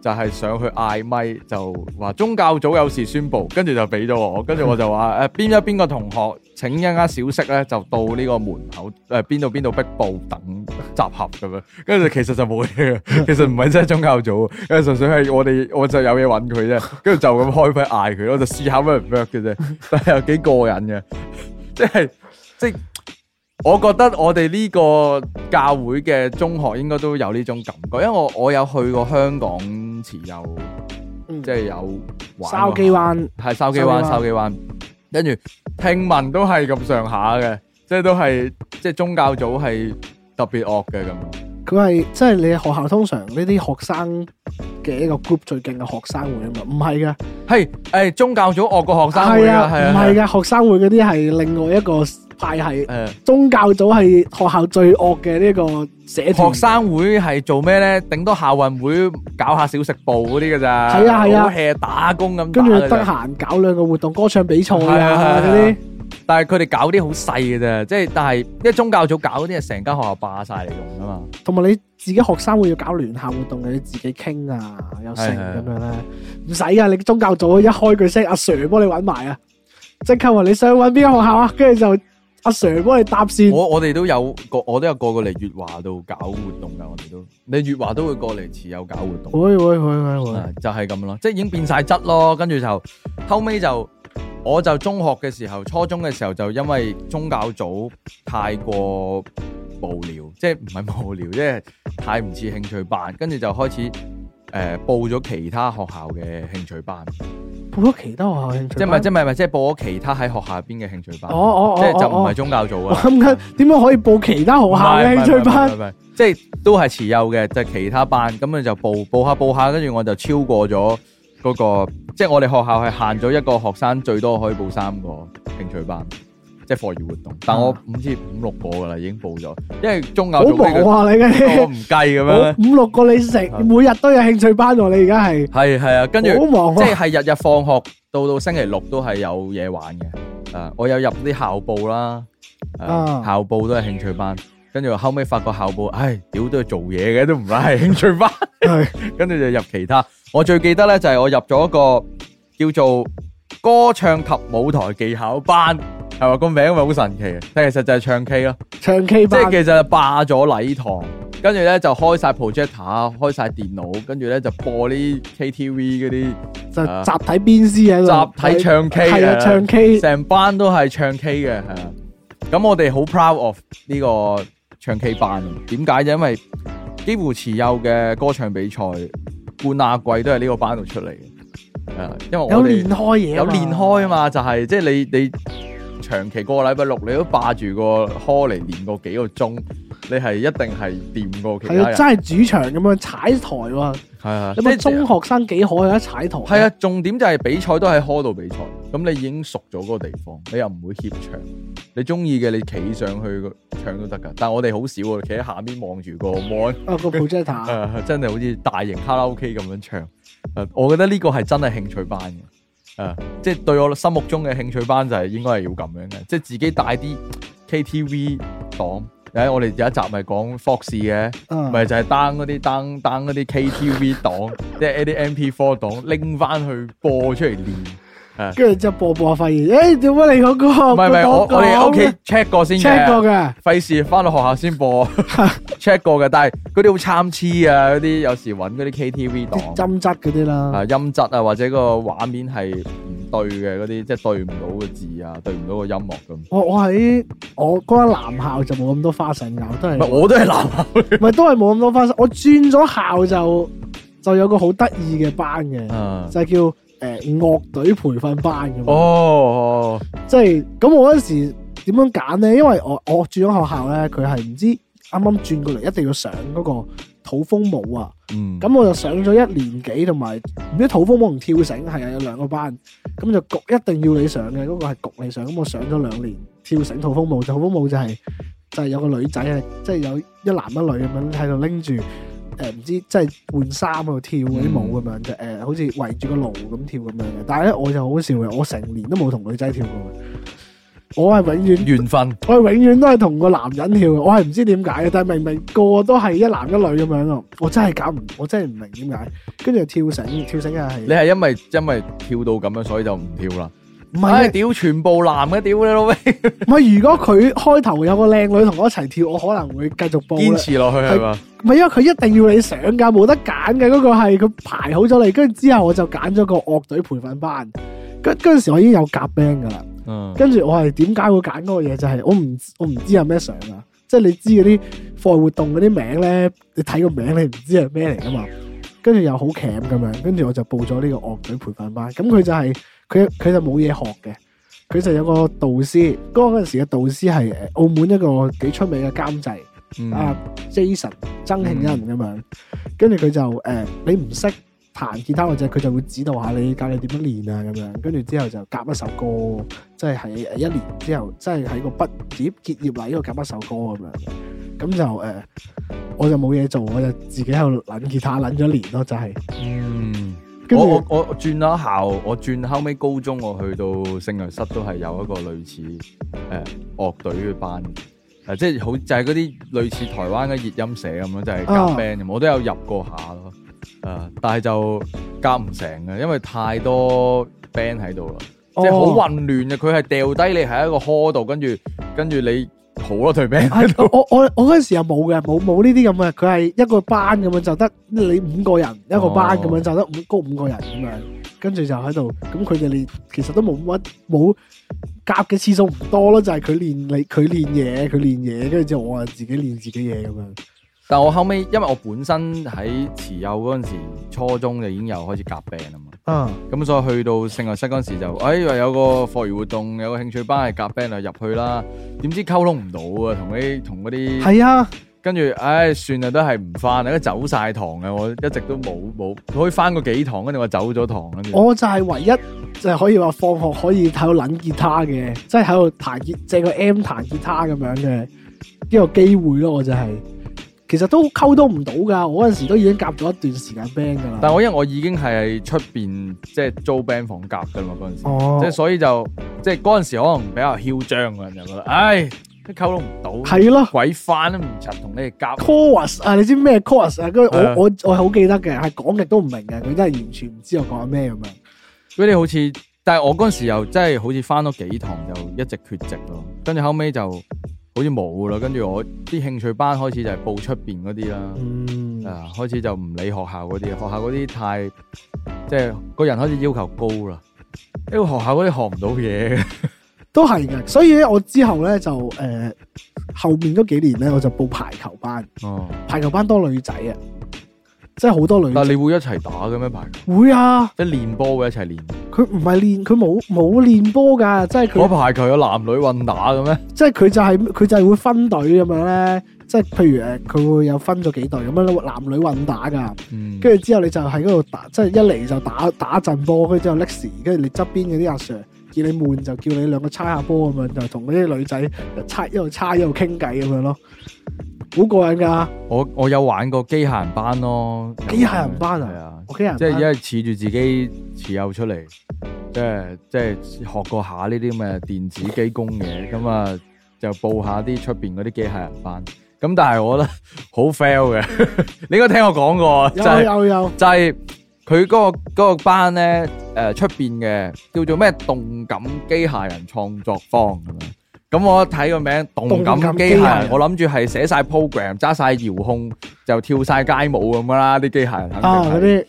S2: 就係、上去嗌咪，就話宗教組有事宣佈，跟住就俾咗我，跟住我就話誒邊一邊個同學請一間小息咧，就到呢個門口誒邊度邊度逼報等集合咁樣，跟住其實就冇嘢嘅，其實唔係真係宗教組，誒純粹係我哋我就有嘢揾佢啫，跟住就咁開咪嗌佢，我就試下 work 唔 work 嘅啫，但係又幾過癮嘅，即係即係我覺得我哋呢個教會嘅中學應該都有呢種感覺，因為我我有去過香港慈幼，
S1: 嗯
S2: 即係有玩
S1: 筲
S2: 過
S1: 箕灣
S2: 係筲箕
S1: 筲箕灣
S2: 灣，筲箕灣，跟住聽聞都係咁上下嘅，即係都係即係宗教組係特別惡嘅咁。
S1: 佢係即係你學校通常呢啲學生嘅一個 group 最勁嘅學生會啊嘛，唔係㗎，
S2: 係誒宗教組惡過學生會
S1: 係
S2: 㗎，
S1: 啊，
S2: 係
S1: 唔
S2: 啊，
S1: 係
S2: 係啊
S1: 㗎，學生會嗰啲係另外一個派系，
S2: 誒。
S1: 宗教組係學校最惡嘅呢個社團
S2: 學。生會係做咩咧？頂多校運會搞下小食部嗰啲嘅咋，
S1: 係啊係啊
S2: 好 hea 打工咁打
S1: 跟住
S2: 㗎
S1: 得
S2: 咋
S1: 閒搞兩個活動，歌唱比賽
S2: 啊係啊係啊
S1: 啊嗰
S2: 係
S1: 啲
S2: 啊。但係佢哋搞啲好細嘅啫，即係但係因為宗教組搞嗰啲係成間學校霸晒嚟用噶嘛，
S1: 同埋你自己學生會要搞聯校活動，你自己傾啊，有成
S2: 係係
S1: 咁樣咧，唔使啊噶，你宗教組一開句聲，阿 Sir 幫你揾埋啊，即刻話你想揾邊間學校啊，跟住就阿 Sir 幫你搭線，
S2: 我我哋都有個我都有個個嚟月華度搞活動噶，我哋都你月華都會過嚟持有搞活動，
S1: 會會會會會，
S2: 啊就係咁咯，即係已經變晒質咯，跟住就後尾就我就中學嘅時候，初中嘅時候就因為宗教組太過無聊，即係唔係無聊，即係太唔似興趣班，跟住就開始誒、呃、報咗其他學校嘅興趣班。
S1: 報咗其他學校興趣
S2: 即係咪
S1: 班
S2: 即係咪咪即係報咗其他喺學校入邊嘅興趣班？
S1: 哦哦哦
S2: 即係就唔
S1: 哦
S2: 係
S1: 哦
S2: 宗教組
S1: 我
S2: 啊。
S1: 諗緊點樣可以報其他學校嘅興趣班
S2: 唔係，唔係唔係唔係唔係即係都係持有嘅，就係其他班咁你就報報下報下，跟住我就超過咗嗰、個，即係我哋學校係限咗一個學生最多可以報三個興趣班，即係課餘活動。但我五至五六個㗎啦，已經報咗，因為宗教
S1: 啊好
S2: 組呢個
S1: 忙啊你
S2: 我
S1: 嘅，
S2: 唔計咁樣
S1: 好
S2: 咧。
S1: 五六個你食，每日都有興趣班喎，你而家係
S2: 係係啊，跟住。
S1: 好忙
S2: 即
S1: 喎，
S2: 係日日放學到到星期六都係有嘢玩嘅。誒、我有入啲校報啦，誒
S1: 啊
S2: 校報都係興趣班。跟住後尾發覺校報，唉，屌都係做嘢嘅，都唔係興趣班。
S1: 係
S2: 跟住就入其他。我最記得咧就係、我入咗一個叫做歌唱及舞台技巧班，係嘛個名咪好神奇嘅，但其實就係唱 K 咯。
S1: 長期
S2: 即係
S1: 班
S2: 其實霸咗禮堂，跟住咧就開晒 projector，開啊晒電腦，跟住咧就播啲 KTV 嗰啲。
S1: 就集體鞭屍喺
S2: 集
S1: 度，
S2: 體唱 K
S1: 嗯係啊，唱 K
S2: 成班都係唱 K 嘅，係啊。咁我哋好 proud of 呢個唱 K 班，點解？因為幾乎持有嘅歌唱比賽冠亞季都係呢個班度出嚟嘅，係啊，因為
S1: 有
S2: 我
S1: 練
S2: 哋
S1: 開嘢，
S2: 有練開啊。嘛，就係即係你你長期個禮拜六你都霸住個科嚟練過幾個鐘，你係一定係掂過其他
S1: 係啊，
S2: 人，
S1: 真係主場咁樣踩台喎！
S2: 係啊，
S1: 你咪
S2: 係
S1: 中學生幾可有得踩台？
S2: 係啊，，重點就係比賽都喺 hall 度比賽，咁你已經熟咗嗰個地方，你又唔會怯場，你中意嘅你企上去個唱都得㗎。但係我哋好少喎，企喺下面望住個 mon，
S1: 啊個 projector
S2: 誒真係好似大型卡拉 OK 咁樣唱。誒、我覺得呢個係真係興趣班嘅。誒、即係對我心目中嘅興趣班就係應該係要咁樣嘅，即係自己帶啲 KTV 檔。誒，我哋有一集咪講 Fox 嘅。
S1: 嗯
S2: 咪就係 down 嗰啲 down down 嗰啲 KTV 檔， 即係啲 MP4 檔拎翻去播出嚟練。
S1: 跟住之後播播發現，誒點解哦你嗰個
S2: 唔係唔係，我我哋屋企 check 過先
S1: check 過
S2: 嘅，
S1: 嘅，
S2: 費事翻到學校 先播 check 過嘅。但係嗰啲好參差啊，嗰啲有時揾嗰啲 KTV
S1: 啲
S2: 檔
S1: 針質嗰啲啦
S2: 啊，，音質啊或者個畫面係唔對嘅嗰啲，即係對唔到個字啊，對唔到個音樂咁。
S1: 我我喺我嗰間男校就冇咁多花神咬，都
S2: 唔
S1: 係
S2: 係我都係男校
S1: 唔係都係冇咁多花神。我轉咗校就就有個好得意嘅班嘅，
S2: 啊，
S1: 就係叫诶乐队培訓班咁。
S2: 哦，
S1: 即係咁我嗰時點樣揀咧？因為我我轉咗學校咧，佢係唔知啱啱轉過嚟，一定要上嗰個土風舞啊。
S2: 嗯，
S1: 咁我就上咗一年幾，同埋唔知土風舞同跳繩係啊有兩個班，咁就焗一定要你上嘅，嗰、個係焗你上。咁我上咗兩年跳繩土風舞，土風舞就係、就係、有個女仔係即係有一男一女咁樣喺度拎住。誒唔知即係換衫喺度跳嗰啲舞咁樣嘅，誒、好似圍住個爐咁跳咁樣嘅。但係咧我就好笑嘅，我成年都冇同女仔跳過嘅，我係永遠
S2: 緣分，
S1: 我係永遠都係同個男人跳嘅，我係唔知點解嘅，但係明明個個都係一男一女咁樣咯，我真係搞唔，我真係唔明點解。跟住跳繩，跳繩又
S2: 你
S1: 係
S2: 係因為因為跳到咁樣，所以就唔跳啦。
S1: 唔
S2: 唉，
S1: 係
S2: 屌，全部男嘅，屌你老味，
S1: 唔係？如果佢開頭有個靚女同我一齊跳，我可能會繼續報
S2: 堅
S1: 啦。
S2: 持落去係嘛？
S1: 唔係因為佢一定要你上㗎，冇得揀嘅嗰個係佢排好咗你，跟住之後我就揀咗個樂隊培訓班。跟嗰陣時我已經有夾 band 㗎啦。
S2: 嗯，
S1: 跟住我係點解會揀嗰個嘢就係我唔我唔知有咩相啊，即係你知嗰啲課外活動嗰啲名咧，你睇個名你唔知係咩嚟噶嘛，跟住又好鉗咁樣，跟住我就報咗呢個樂隊培訓班，咁佢就係佢佢就冇嘢學嘅，佢就有個導師，嗰嗰陣時嘅導師係誒澳門一個幾出名嘅監製。
S2: 嗯
S1: 啊 Jason 曾慶恩咁樣，跟住佢就誒、呃你唔識彈吉他或者佢就會指導下你，教你點樣練啊咁樣，跟住之後就夾一首歌，即係喺一年之後，即係喺個畢業結業禮嗰度夾一首歌咁樣，咁就誒、呃我就冇嘢做，我就自己喺度撚吉他撚咗一年咯，就係、
S2: 嗯。
S1: 跟
S2: 我
S1: 住
S2: 我我我轉咗校，我轉後尾高中，我去到聖良室都係有一個類似誒、呃、樂隊嘅班，誒、即係好就係嗰啲類似台灣嘅熱音社咁樣，就係、夾
S1: 啊
S2: band 咁，我都有入過下咯，誒、但係就夾唔成嘅，因為太多 band 喺度啦，即係好
S1: 哦
S2: 混亂嘅，佢係掉低你喺一個 hall 度，跟住跟住你好多隊 band 喺
S1: 係
S2: 度，
S1: 我我我嗰陣時又冇嘅，冇冇呢啲咁嘅，佢係一個班咁樣就得你五個人，一個班咁樣就得五高五個人咁樣，跟住就喺度，咁佢哋練其實都冇乜冇夾嘅次數唔多咯，就係佢練你佢練嘢，佢練嘢，跟住之後我啊自己練自己嘢咁樣。
S2: 但我後尾因為我本身喺慈幼嗰陣時，初中就已經有開始夾 band 啊嘛。
S1: 啊，
S2: 咁所以去到聖愛室嗰陣時就，哎又有個課餘活動，有個興趣班係夾 band 就入去啦。點知溝通唔到啊，同啲同嗰啲，
S1: 係啊，
S2: 跟住唉算啦，都係唔翻啦，都走晒堂嘅，我一直都冇冇，可以翻過幾堂，跟住我走咗堂，跟住
S1: 我就係唯一就係可以話放學可以喺度撚吉他嘅，即係喺度彈吉借個 M 彈吉他咁樣嘅一個機會咯，我就係、其實都溝通唔到㗎，我嗰陣時都已經夾咗一段時間 band 㗎啦。
S2: 但我因為我已經係出邊即係租 band 房夾㗎嘛嗰陣時，
S1: 哦
S2: 即係所以就即係嗰陣時可能比較囂張嘅人就覺得，唉都溝通唔到，啊
S1: 係咯
S2: 鬼翻都唔柒同你哋夾。
S1: chorus 啊，你知咩 chorus 啊？跟住
S2: 係啊
S1: 我我我好記得嘅，係講極都唔明嘅，佢真係完全唔知我講緊咩咁樣。
S2: 佢哋好似，但係我嗰陣時又真係好似翻多幾堂就一直缺席咯，跟住後尾就好似冇啦，跟住我啲興趣班開始就係報出邊嗰啲啦，
S1: 嗯，
S2: 啊開始就唔理學校嗰啲，學校嗰啲太即係個人開始要求高啦，因為學校嗰啲學唔到 嘢嘅，
S1: 都係嘅。所以咧，我之後咧就誒、呃、後面嗰幾年咧，我就報排球班，
S2: 哦，
S1: 排球班多女仔啊，即係好多女
S2: 但係
S1: 仔。
S2: 你會一齊打嘅咩排球？
S1: 會啊，
S2: 即係練波會一齊練，
S1: 佢唔係練，佢冇冇練波㗎，即係
S2: 我
S1: 佢
S2: 排球有男女混打嘅咩？
S1: 即係佢就係、佢就係會分隊咁樣咧，即係譬如誒佢會有分咗幾隊咁樣男女混打㗎。
S2: 嗯，
S1: 跟住之後你就喺嗰度打，即係一嚟就打打陣波，跟住之後拎時，跟住你側邊嗰啲阿 Sir 見你悶就叫你兩個猜下波咁樣，就同嗰啲女仔猜一路猜一路傾偈咁樣咯，好過癮㗎！
S2: 我我有玩過機械人班咯，
S1: 機械人班啊
S2: 係啊。
S1: 我驚
S2: 即係
S1: 人
S2: 因
S1: 班
S2: 為恃住自己持有出嚟，即係即係學過下呢啲咁嘅電子機工嘢，咁啊就報下啲出邊嗰啲機械人班。咁但係我覺得 好 fail 嘅， 你應該聽我講過，就係、
S1: 有有有，
S2: 就係佢嗰個嗰個班咧，誒出邊嘅叫做咩動感機械人創作坊咁樣。咁我一睇個名動感
S1: 動感
S2: 機
S1: 機
S2: 械
S1: 械
S2: 人
S1: 人，
S2: 我諗住係寫晒 program、揸晒遙控就跳晒街舞咁啦，啲機械人肯定
S1: 啊
S2: 係
S1: 嗰啲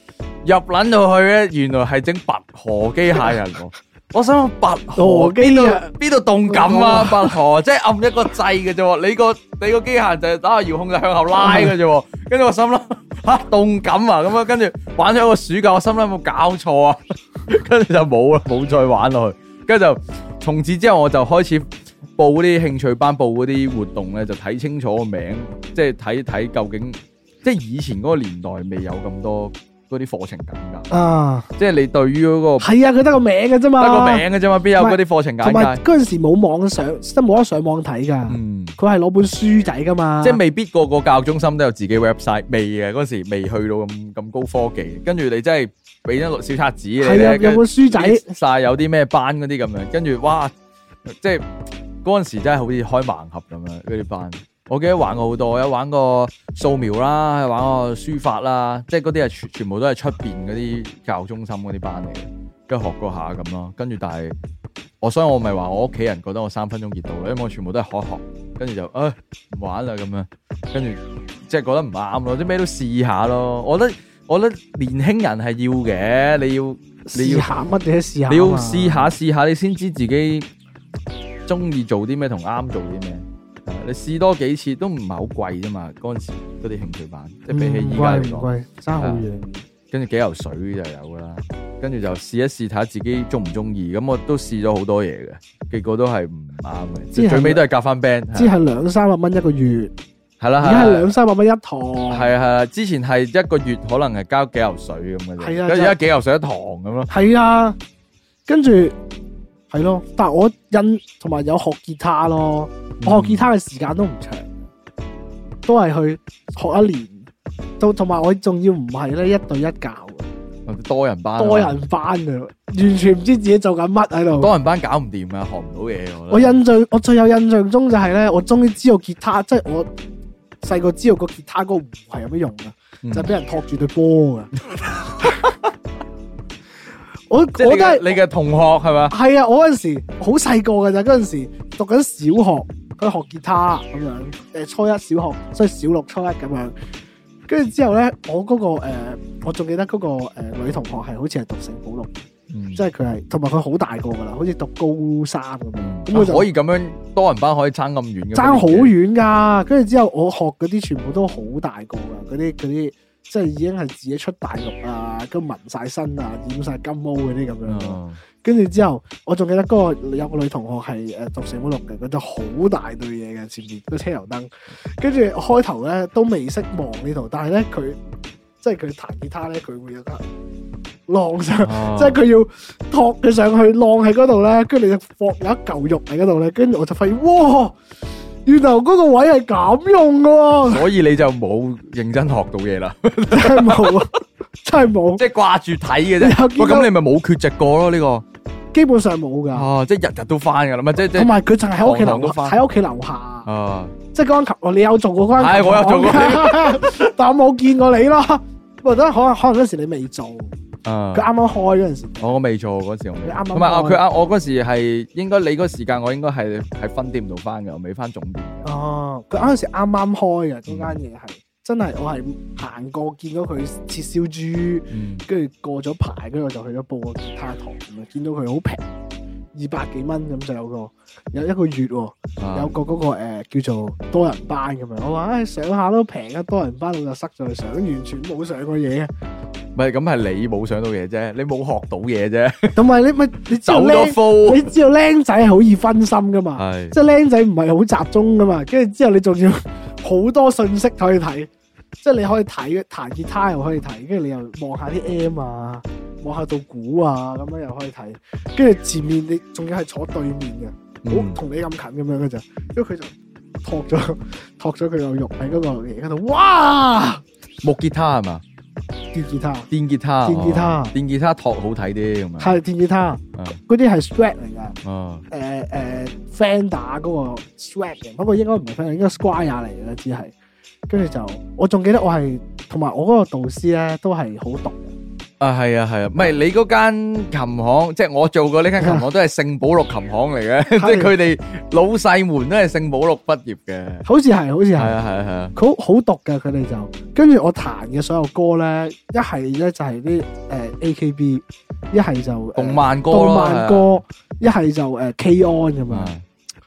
S2: 入撚到去咧，原來係整拔河機械人喎。我想講拔河
S1: 哦
S2: 邊
S1: 機啊
S2: 度邊度動感啊？拔河即係按一個掣嘅啫喎，你個你個機械人就係打下遙控就向後拉嘅啫喎。跟住我心諗 吓動感啊咁啊，跟住玩咗一個暑假，我心諗有冇搞錯啊？ 跟住就冇啦，冇再玩落去。跟住就從此之後我就開始報嗰啲興趣班，報嗰啲活動咧，就睇清楚個名，即係睇睇究竟，即係以前嗰個年代未有咁多嗰啲課程咁㗎，
S1: 啊，
S2: 即係你對於嗰個。
S1: 係啊，佢得個名嘅啫嘛，
S2: 得個名嘅啫嘛，邊有嗰啲課程
S1: 同埋
S2: 簡介？
S1: 嗰陣時冇網上，即係冇得上網睇噶，
S2: 嗯，
S1: 佢係攞本書仔噶嘛，
S2: 即係未必個個教育中心都有自己 website，未嘅嗰時未去到咁咁高科技，跟住你真係俾張小冊子你
S1: 係啊，
S2: 咧，
S1: 有
S2: 跟住
S1: 本書仔
S2: list 晒有啲咩班嗰啲咁樣，跟住哇，即係嗰陣時真係好似開盲盒咁樣嗰啲班。我記得玩過好多，有玩過素描啦，玩過書法啦，即係嗰啲係全全部都係出邊嗰啲教育中心嗰啲班嚟嘅，跟住學過下咁咯。跟住但係我所以我咪話我屋企人覺得我三分鐘熱度啦，因為我全部都係學一學，跟住就誒唔玩啦咁樣，跟住即係覺得唔啱咯，即係咩都試下咯。我覺得我覺得年輕人係要嘅，你要你
S1: 試
S2: 要
S1: 下乜嘢都試下啊嘛，
S2: 你要試下試下，你先知自己中意做啲咩同啱做啲咩。係啊你試多幾次都唔係好貴啫嘛，嗰陣時嗰啲興趣班，即係比起依家嚟
S1: 嗯唔
S2: 講，
S1: 貴，爭好遠。
S2: 跟住幾游水就有啦，跟住就試一試睇下自己中唔中意。咁我都試咗好多嘢嘅，結果都係唔啱嘅，
S1: 之後
S2: 最最尾都係夾翻 band
S1: 即
S2: 係。
S1: 係兩三百蚊一個月，
S2: 啊係啦，
S1: 而家
S2: 係
S1: 係
S2: 啦
S1: 兩三百蚊一堂，係
S2: 係啊係啊，之前係一個月可能係交幾游水咁嘅啫，
S1: 係啊
S2: 跟
S1: 就
S2: 住而家幾游水一堂咁咯。
S1: 係啊，跟住係咯。但係我印同埋有學吉他咯，
S2: 嗯
S1: 我學吉他嘅時間都唔長，都係去學一年。到同埋我仲要唔係咧一對一教嘅，
S2: 多人班啊嘛，
S1: 多人班嘅，完全唔知自己做緊乜喺度。
S2: 多人班搞唔掂啊，學唔到嘢我覺得。
S1: 我印象我最有印象中就係咧，我終於知道吉他，即係我細個知道個吉他嗰個弧係有咩用噶。
S2: 嗯
S1: 就俾人托住對波 噶。我我
S2: 即係
S1: 都
S2: 你嘅
S1: 係
S2: 你嘅同學係嘛？
S1: 係啊！我嗰陣時好細個㗎咋，嗰陣時讀緊小學，佢學吉他咁樣，誒初一小學，所以小六初一咁樣。跟住之後咧，我嗰、個、呃、我仲記得嗰、個、呃、女同學係好似係讀聖保祿，
S2: 嗯
S1: 即係佢係同埋佢好大個㗎啦，好似讀高三咁樣。咁
S2: 啊
S1: 佢就
S2: 可以咁樣多人班可以爭咁遠嘅咩，
S1: 爭好遠㗎，跟住之後我學嗰啲全部都好大個㗎，嗰啲嗰啲即係已經係自己出大陸啊，跟紋晒身啊，染晒金毛嗰啲咁 樣。
S2: 嗯。
S1: 跟住之後，我仲記得嗰個有個女同學係呃誒讀社會六嘅，佢就好大對嘢嘅前面個車油燈。跟住開頭咧都未識望呢度，但係咧佢即係佢彈吉他咧，佢會有得浪上。
S2: 哦
S1: 即係佢要托佢上去，晾喺嗰度咧，跟住你就放有一嚿肉喺嗰度咧，跟住我就發現，哇！原來嗰個位係咁用嘅喎，
S2: 哦所以你就冇認真學到嘢啦，
S1: 真係冇 啊，真係冇，
S2: 即係掛住睇嘅啫
S1: 有。見
S2: 喂，
S1: 到
S2: 咁你咪冇缺席過咯？呢個
S1: 基本上冇噶。
S2: 啊，即係日日都翻㗎啦，咪即係即
S1: 同
S2: 係
S1: 埋佢就係喺屋企
S2: 堂堂都
S1: 樓
S2: 翻
S1: 喺屋企樓下，
S2: 啊，
S1: 即係嗰間哦球，你有做過嗰間？
S2: 係我有做 過，
S1: 但我冇見過你咯。或者可能可能嗰時你未做，佢
S2: 啊
S1: 啱啱開嗰陣時，
S2: 我未做嗰時，我未
S1: 你啱啱
S2: 同埋啊，
S1: 開
S2: 佢啱我嗰時係應該你嗰時間，我應該係喺分店度翻嘅，我未翻總店。
S1: 哦，佢嗰陣時啱啱開嘅嗰間嘢係真係我係行過見到佢切燒豬。
S2: 嗯，
S1: 跟住過咗排，跟住我就去咗報個吉他堂咁樣，見到佢好平，二百幾蚊咁就有個有一個月喎，
S2: 啊
S1: 有個嗰、個、呃、叫做多人班咁樣。我話唉、上下都平啊，多人班我就塞咗去上，完全冇上過 嘢啊。
S2: 唔係咁係你冇上到嘢啫，你冇學到嘢啫，
S1: 同埋你咪你知道
S2: 走咗
S1: 僆，
S2: 科
S1: 你知道僆仔係好易分心噶嘛，
S2: 係。
S1: 即係僆仔唔係好集中噶嘛。跟住之後你仲要好多信息可以睇，即係你可以睇彈吉他又可以睇，跟住你又望下啲 M 啊。望下到鼓啊，咁樣又可以睇，跟住前面你仲要係坐對面嘅，好
S2: 嗯
S1: 同你咁近咁樣嘅咋，因為佢就托咗 托咗佢個肉喺嗰個嘢嗰度，哇！
S2: 木吉他係嘛？
S1: 電吉他
S2: 電吉他，
S1: 電吉他
S2: 哦電吉他托好睇啲咁啊
S1: 係電吉他，嗰啲係 Strat 嚟㗎，
S2: 哦，
S1: 誒誒呃 Fender 嗰個 Strat 嚟，不過應該唔係 Fender，應該 Squire 嚟嘅只係，跟住就我仲記得我係同埋我嗰個導師咧都係好毒嘅，
S2: 啊，係啊，係啊，唔
S1: 嗯
S2: 係你嗰間琴行，即係我做過呢間琴行都係聖保禄琴行嚟嘅，即係佢哋老細們都係聖保禄畢業嘅。
S1: 好似係，好似
S2: 係
S1: 係。
S2: 啊，係啊，係啊，
S1: 佢好好毒嘅，佢哋就跟住我彈嘅所有歌咧，一係咧就係啲誒 A K B，一係就誒
S2: 動漫歌
S1: 動
S2: 咯，
S1: 漫歌，一係就誒 K on 咁
S2: 係啊。
S1: 樣，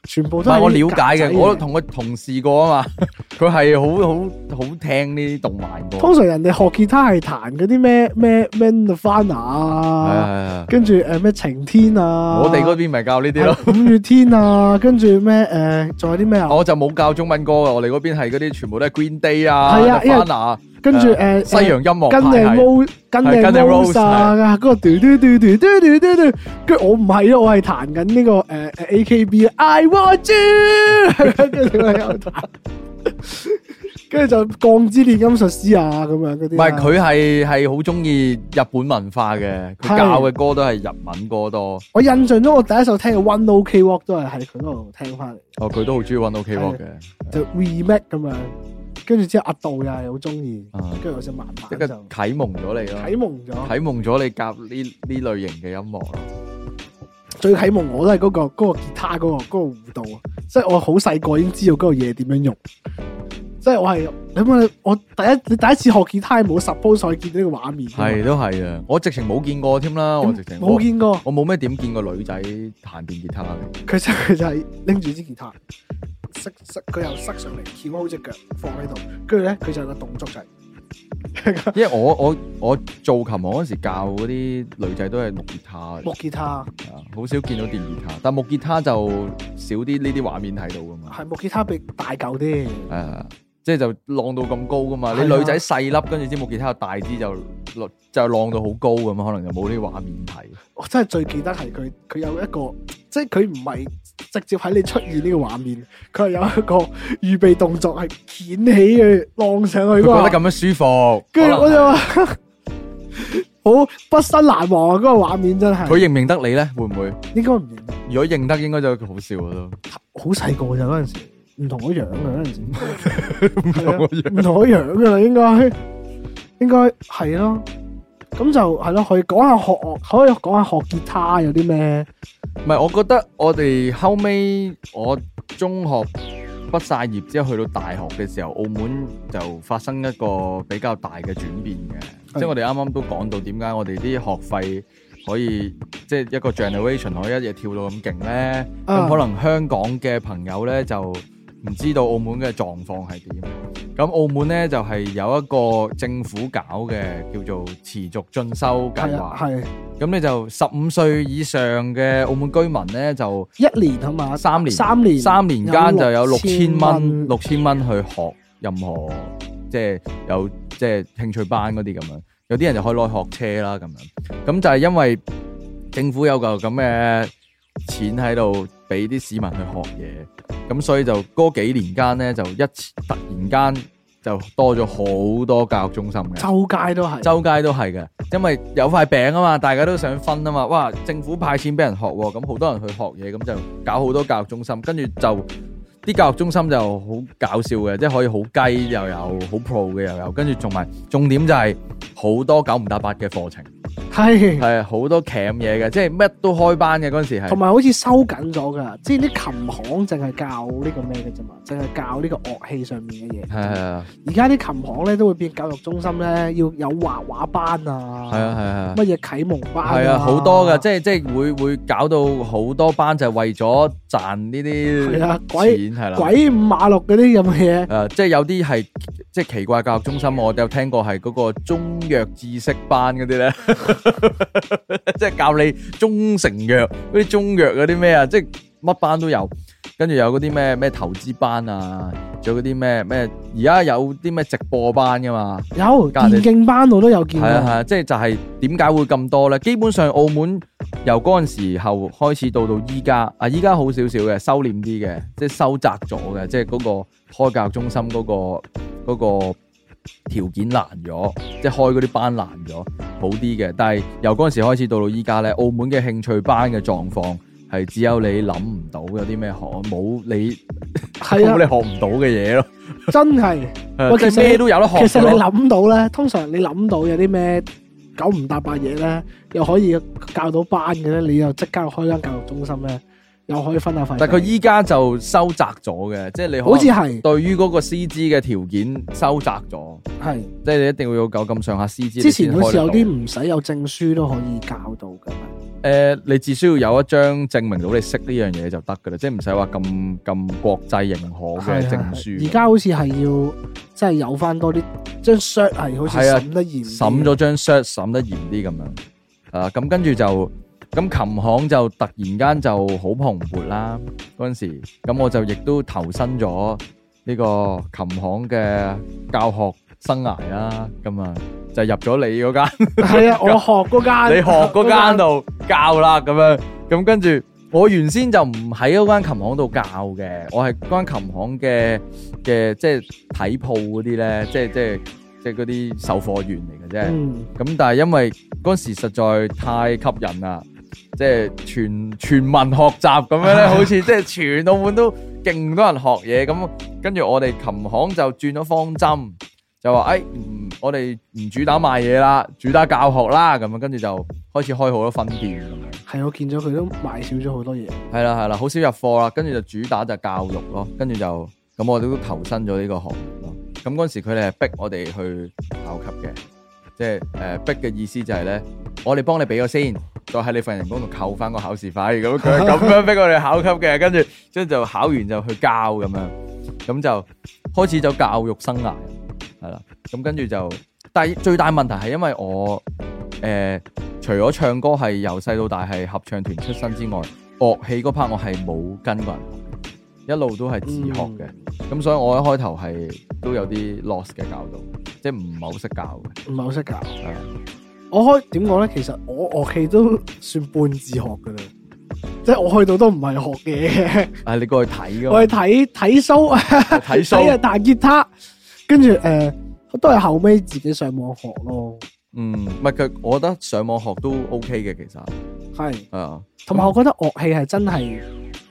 S1: 全部
S2: 唔
S1: 都
S2: 係
S1: 係
S2: 我
S1: 啲
S2: 了解
S1: 格仔
S2: 嘅，
S1: 嚟
S2: 我同我同事過啊嘛， 佢係好好好聽呢啲動漫歌。
S1: 通常人哋學吉他係彈嗰啲咩咩咩 Nirvana
S2: 係啊
S1: 啊，
S2: 係啊，
S1: 跟住誒咩晴天啊，
S2: 我哋嗰邊咪教呢啲咯。
S1: 係五月天啊，跟住咩誒仲有啲咩啊？
S2: 我就冇教中文歌嘅，我哋嗰邊係嗰啲全部都係 Green Day 啊、
S1: 係啊因為
S2: Nirvana 啊
S1: 跟住誒
S2: 西洋音樂
S1: 跟定
S2: 派系
S1: Rose，跟定
S2: 係跟定
S1: Rose
S2: Rose，
S1: 啊，嗰個嘟嘟嘟嘟嘟嘟嘟嘟，跟住我唔係啊，我係彈緊呢個誒誒 AKB 啊，I want you，跟住我喺度彈，跟住就鋼之煉金術師啊咁樣嗰啲啊，
S2: 唔係佢係係好中意日本文化
S1: 係
S2: 嘅，佢教嘅歌都係日文歌多。
S1: 我印象中我第一首聽嘅 One OK Walk 都係喺佢嗰度聽翻嚟，
S2: 哦，佢都好中意揾 OK
S1: 係
S2: rock 嘅，
S1: 就 remake 咁樣，跟住之後阿杜又係好中意
S2: 啊，
S1: 跟住我就慢
S2: 即
S1: 慢
S2: 係
S1: 就
S2: 啟蒙咗你咯，
S1: 啟蒙咗。
S2: 啟蒙咗你夾呢呢類型嘅音樂咯。
S1: 最啟蒙我都係嗰、個嗰、個吉他嗰、個嗰、個弧度，即係我好細個已經知道嗰個嘢點樣用，即係我係你諗下，我第一你第一次學吉他係冇 suppose 可以見到呢個畫面㗎嘛，
S2: 係都係啊，我直情冇見過添啦，我直情
S1: 冇見過
S2: 我冇咩點見過女仔彈電吉他嘅，
S1: 佢就佢就係拎住支吉他，塞塞佢又塞上嚟，翹好隻腳放喺度，跟住咧佢就有個動作就係、
S2: 因為我我我做琴行嗰時教嗰啲女仔都係木吉他嚟
S1: 木吉他
S2: 㗎，好少見到電吉他，但木吉他就少啲呢啲畫面睇到噶嘛，
S1: 係木吉他比大嚿啲，
S2: 係啊，即係就浪到咁高噶嘛，
S1: 係
S2: 你
S1: 啊
S2: 女仔細粒，跟住支木吉他大支就就浪到好高咁，可能就冇呢啲畫面睇。
S1: 我真係最記得係佢佢有一個即係佢唔係直接喺你出現呢個畫面，佢係有一個預備動作係掀起佢浪上
S2: 佢
S1: 去嗰
S2: 覺
S1: 下
S2: 得咁樣舒服，
S1: 跟住
S2: 可
S1: 我
S2: 能
S1: 就話 好不生難忘啊！嗰、個畫面真係，
S2: 佢認唔認得你咧？會唔會？
S1: 應該唔認得，
S2: 如果認得，應該就好笑啊都。
S1: 好細個就嗰陣時，唔同我樣啊嗰陣時，係啊
S2: 我樣
S1: 唔同我樣噶啦，應該應該係咯。咁就係咯，可以講下學樂，可以講下學吉他有啲咩？
S2: 唔係，我覺得我哋後尾我中學畢晒業之後，去到大學嘅時候，澳門就發生一個比較大嘅轉變嘅。
S1: 係
S2: 即係我哋啱啱都講到點解我哋啲學費可以即係一個 generation 可以一夜跳到咁勁呢？咁、
S1: 啊
S2: 可能香港嘅朋友呢，就唔知道澳門嘅狀況係點。咁澳門呢，就係、有一個政府搞嘅叫做持續進修計
S1: 係啊，
S2: 劃。
S1: 係
S2: 咁你就十五歲以上嘅澳門居民咧，就
S1: 一年啊嘛，
S2: 三年
S1: 三年
S2: 三年間就有六千蚊，
S1: 六
S2: 六千蚊去學任何即係有即係興趣班嗰啲咁樣。有啲人就可以攞去學車啦咁樣。咁就係因為政府有嚿咁嘅錢喺度俾啲市民去學嘢，咁所以就嗰幾年間咧就一次突然間就多咗好多教育中心嘅。
S1: 周街都係，
S2: 周街都係嘅，因為有塊餅啊嘛，大家都想分啊嘛。哇，政府派錢俾人學喎，咁好多人去學嘢，咁就搞好多教育中心，跟住就啲教育中心就好搞笑嘅，即係可以好雞又有，好 pro 嘅又有，跟住仲埋重點就係好多九唔搭八嘅課程，
S1: 係。
S2: 係好多鉗嘢嘅，即係乜都開班嘅嗰陣時
S1: 同
S2: 係。
S1: 埋好似收緊咗噶，即係啲琴行淨係教呢個咩嘅啫嘛，淨係教呢個樂器上面嘅嘢。
S2: 係係啊，
S1: 而家啲琴行咧都會變教育中心咧，要有畫畫班啊，
S2: 係啊，係啊。
S1: 乜嘢啟蒙班
S2: 係啊，好多噶，即係即係會會搞到好多班就係為咗賺呢啲
S1: 係啊鬼
S2: 錢係啦，
S1: 鬼五馬六嗰啲咁嘅嘢
S2: 誒、，啊即係有啲係即係奇怪教育中心，我有聽過係嗰個中藥知識班嗰啲咧， 即係教你中成藥嗰啲中藥嗰啲咩啊，即係乜班都有。跟住有嗰啲咩咩投資班啊，仲有嗰啲咩咩，而家有啲咩直播班噶嘛，
S1: 有
S2: 隔離
S1: 電競班我都有見
S2: 係啊係
S1: 過，
S2: 啊，即係就係點解會咁多咧？基本上澳門由嗰陣時候開始到到依家，啊依家好少少嘅，收斂啲嘅，即係收窄咗嘅，即係嗰個開教育中心嗰、個嗰、個條件難咗，即係開嗰啲班難咗，好啲嘅。但係由嗰陣時開始到到依家咧，澳門嘅興趣班嘅狀況。係只有你諗唔到有啲咩學，冇你
S1: 係
S2: 冇
S1: 啊，
S2: 你學唔到嘅嘢咯，
S1: 真係。
S2: 係啊即
S1: 其實
S2: 係咩都有得學
S1: 其實
S2: 㗎咯
S1: 你諗到咧，通常你諗到有啲咩九唔搭八嘢咧，又可以教到班嘅咧，你又即刻開間教育中心咧，又可以分下費。
S2: 但佢依家就收窄咗嘅，即係你
S1: 好
S2: 好
S1: 似
S2: 似
S1: 係
S2: 對於嗰個師資嘅條件收窄咗，
S1: 係
S2: 即係你一定要有夠咁上下師資。
S1: 之前好似有
S2: 你先開得
S1: 啲
S2: 到
S1: 唔使有證書都可以教到嘅。
S2: 诶、你只需要有一張證明到你識呢樣嘢就得噶啦，即係唔使話咁咁國際認可嘅
S1: 係
S2: 證
S1: 係
S2: 書。
S1: 而家好似係要即係有翻多啲張 shirt 係好似
S2: 係啊
S1: 審得嚴啲，
S2: 審咗張 shirt 審得嚴啲咁樣，啊咁跟住就咁琴行就突然間就好蓬勃啦嗰陣時，咁我就亦都投身咗呢個琴行嘅教學生涯啦，咁啊就入咗你嗰間。
S1: 係啊！我學嗰間，
S2: 你學嗰間度教啦咁樣，咁跟住我原先就唔喺嗰間琴行度教嘅，我係嗰間琴行嘅嘅即係睇鋪嗰啲咧，即係即係即係嗰啲售貨員嚟嘅啫。
S1: 嗯，
S2: 咁但係因為嗰陣時實在太吸引啦，即係全全民學習咁樣咧，好似即係全澳門都勁多人學嘢咁。跟住我哋琴行就轉咗方針，就話誒、哎唔我哋唔主打賣嘢啦，主打教學啦。咁樣跟住就開始開好多分店咁樣。
S1: 係我見咗佢都賣少咗好多嘢。
S2: 係啦係啦，好少入貨啦，跟住就主打就教育咯，跟住就咁我哋都投身咗呢個行業咯。咁嗰陣時佢哋係逼我哋去考級嘅，即係誒、呃逼嘅意思就係咧，我哋幫你俾咗先，再喺你份人工度扣翻個考試費，咁佢係咁樣逼我哋考級嘅，跟住即係就考完就去教咁樣，咁就開始咗教育生涯，係啦，咁跟住就，但係最大問題係因為我誒、呃除咗唱歌係由細到大係合唱團出身之外。樂器嗰 part 我係冇跟過人學，一路都係自學嘅，咁、所以我一開頭係都有啲 lost 嘅教導，即係唔係好識教嘅。
S1: 唔係好識教
S2: 啊。
S1: 我開點講咧？其實我樂器都算半自學噶啦，即係我去到都唔係學嘢，
S2: 啊，你過去睇噶
S1: 我係
S2: 嘛？
S1: 睇睇 show，
S2: 睇
S1: 睇人
S2: show，
S1: 彈吉他，跟住誒都係後尾自己上網學咯。
S2: 嗯，唔係佢，我覺得上網學都 OK 嘅，其實
S1: 係，
S2: 係啊，
S1: 同埋我覺得樂器係真係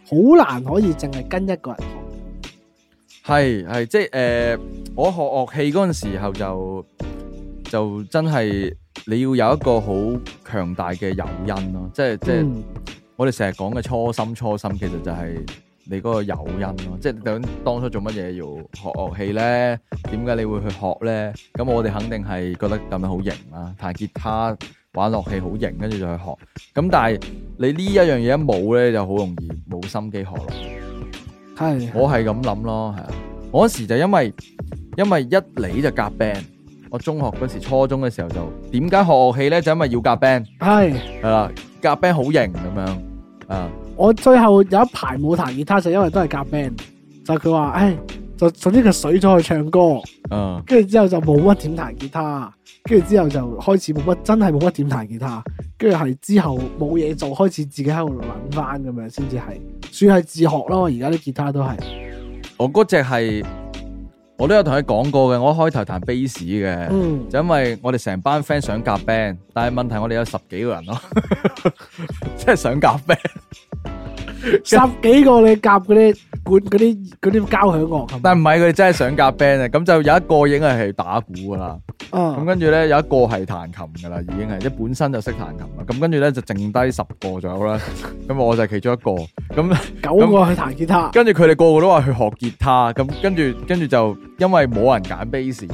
S1: 好難可以淨係跟一個人學。
S2: 係係即係誒、呃我學樂器嗰陣時候就就真係你要有一個好強大嘅誘因咯，即係即係。
S1: 嗯
S2: 我哋成日講嘅初心，初心其實就係你嗰個誘因咯，即係究竟當初做乜嘢要學樂器咧？點解你會去學咧？咁我哋肯定係覺得咁樣好型啦，彈吉他、玩樂器好型，跟住就去學。咁但係你呢一樣嘢一冇咧，就好容易冇心機學落去。
S1: 係，
S2: 我係咁諗咯，係啊。我嗰時就因為因為一嚟就夾 band，我中學嗰時、初中嘅時候就點解學樂器咧？就因為要夾 band
S1: 係。
S2: 係啦，夾 band 好型咁樣啊。
S1: 我最後有一排冇彈吉他，就因為都係夾 band，就佢話，唉，就總之佢水咗去唱歌，
S2: 嗯
S1: 跟住之後就冇乜點彈吉他，跟住之後就開始冇乜真係冇乜點彈吉他，跟住係之後冇嘢做，開始自己喺度揾翻咁樣先至係，算係自學咯。而家啲吉他都係，
S2: 我嗰只係我都有同佢講過嘅，我一開頭彈 bass 嘅，
S1: 嗯，
S2: 就因為我哋成班 friend 想夾 band，但係問題我哋有十幾個人咯， 即係想夾 band，
S1: 十嗯幾個你夾嗰啲管嗰啲嗰啲交響樂係咪？
S2: 但唔係佢哋真係想夾 band 啊，咁就有一個已經係打鼓噶啦，咁
S1: 嗯，
S2: 跟住咧有一個係彈琴噶啦，已經係即係本身就識彈琴啦，咁跟住咧就剩低十個左右啦，咁我就係其中一個，咁。
S1: 九個去彈吉他，
S2: 跟住佢哋個個都話去學吉他，咁跟住跟住就因為冇人揀 bass，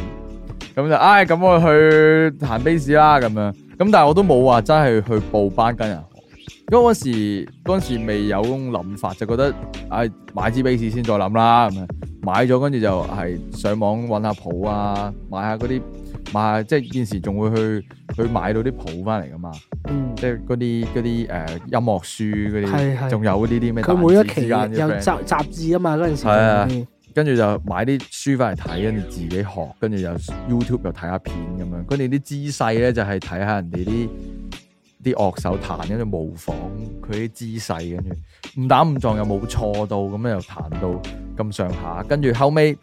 S2: 咁就唉咁我去彈 bass 啦咁樣。咁但係我都冇話真係去報班跟人啊學，因為嗰時嗰時未有嗰種諗法，就覺得唉買支 bass 先再諗啦咁樣。買咗跟住就係上網揾下譜啊，買下嗰啲買下即係現時仲會去去買到啲譜翻嚟噶嘛，
S1: 嗯，
S2: 即係嗰啲嗰啲誒音樂書嗰
S1: 係
S2: 啲，
S1: 係
S2: 仲有呢啲咩
S1: 佢
S2: 彈
S1: 每
S2: 指
S1: 一
S2: 之
S1: 期
S2: 間
S1: 有
S2: 嘅 friend
S1: 雜雜誌啊嘛，嗰陣時
S2: 係啊
S1: 嗯
S2: 跟住就買啲書翻嚟睇，跟住自己學，跟住又 YouTube 又睇下片咁樣。跟住啲姿勢咧就係睇下人哋啲啲樂手彈，跟住模仿佢啲姿勢，跟住誤打誤撞又冇錯到，咁樣又彈到咁上下。跟住後尾，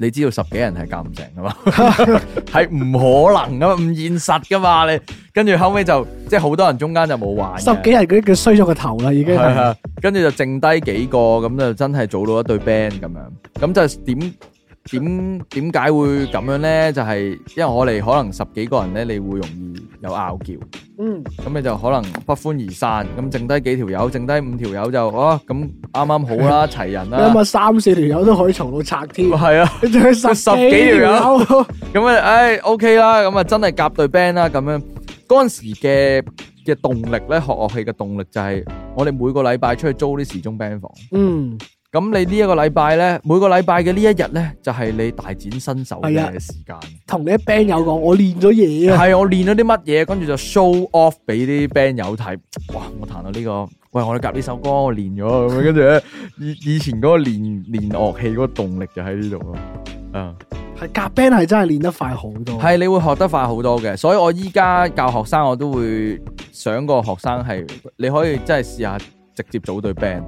S2: 你知道十幾人係夾唔成噶嘛， 係唔可能噶嘛，唔現實噶嘛你。跟住後尾就即係好多人中間就冇玩嘅
S1: 十幾日嗰啲叫衰咗個頭啦，已經
S2: 啊係
S1: 係。
S2: 啊，跟住就剩低幾個，咁就真係組到一隊 band 咁樣。咁就點點點解會咁樣咧？就係、因為我哋可能十幾個人咧，你會容易有拗撬。
S1: 嗯，
S2: 咁你就可能不歡而散，咁剩低幾條友，剩低五條友就啊，咁啱啱好啦，齊人
S1: 你諗
S2: 啦，
S1: 下三四條友都可以嘈到拆添，
S2: 係啊，
S1: 你仲有十
S2: 十
S1: 幾
S2: 幾
S1: 條
S2: 條
S1: 友，
S2: 咁啊，唉，OK 啦，咁啊，真係夾對 band 啦，咁樣嗰陣時嘅嘅動力咧，學樂器嘅動力就係我哋每個禮拜出去租啲時鐘 band 房，
S1: 嗯，
S2: 咁你呢一個禮拜咧，每個禮拜嘅呢一日咧，就係你大展身手
S1: 係啊
S2: 嘅時間。
S1: 同你啲 band 友講，我練咗嘢啊，
S2: 係我練咗啲乜嘢，跟住就 show off 俾啲 band 友睇。哇！我彈到呢、個，喂，我哋夾呢首歌，我練咗咁樣，跟住咧，以以前嗰個練練樂器嗰個動力就喺呢度咯。啊，
S1: 係夾 band 係真係練得快好多，
S2: 係你會學得快好多嘅，所以我依家教學生，我都會想個學生係，你可以真係試下直接組隊 band，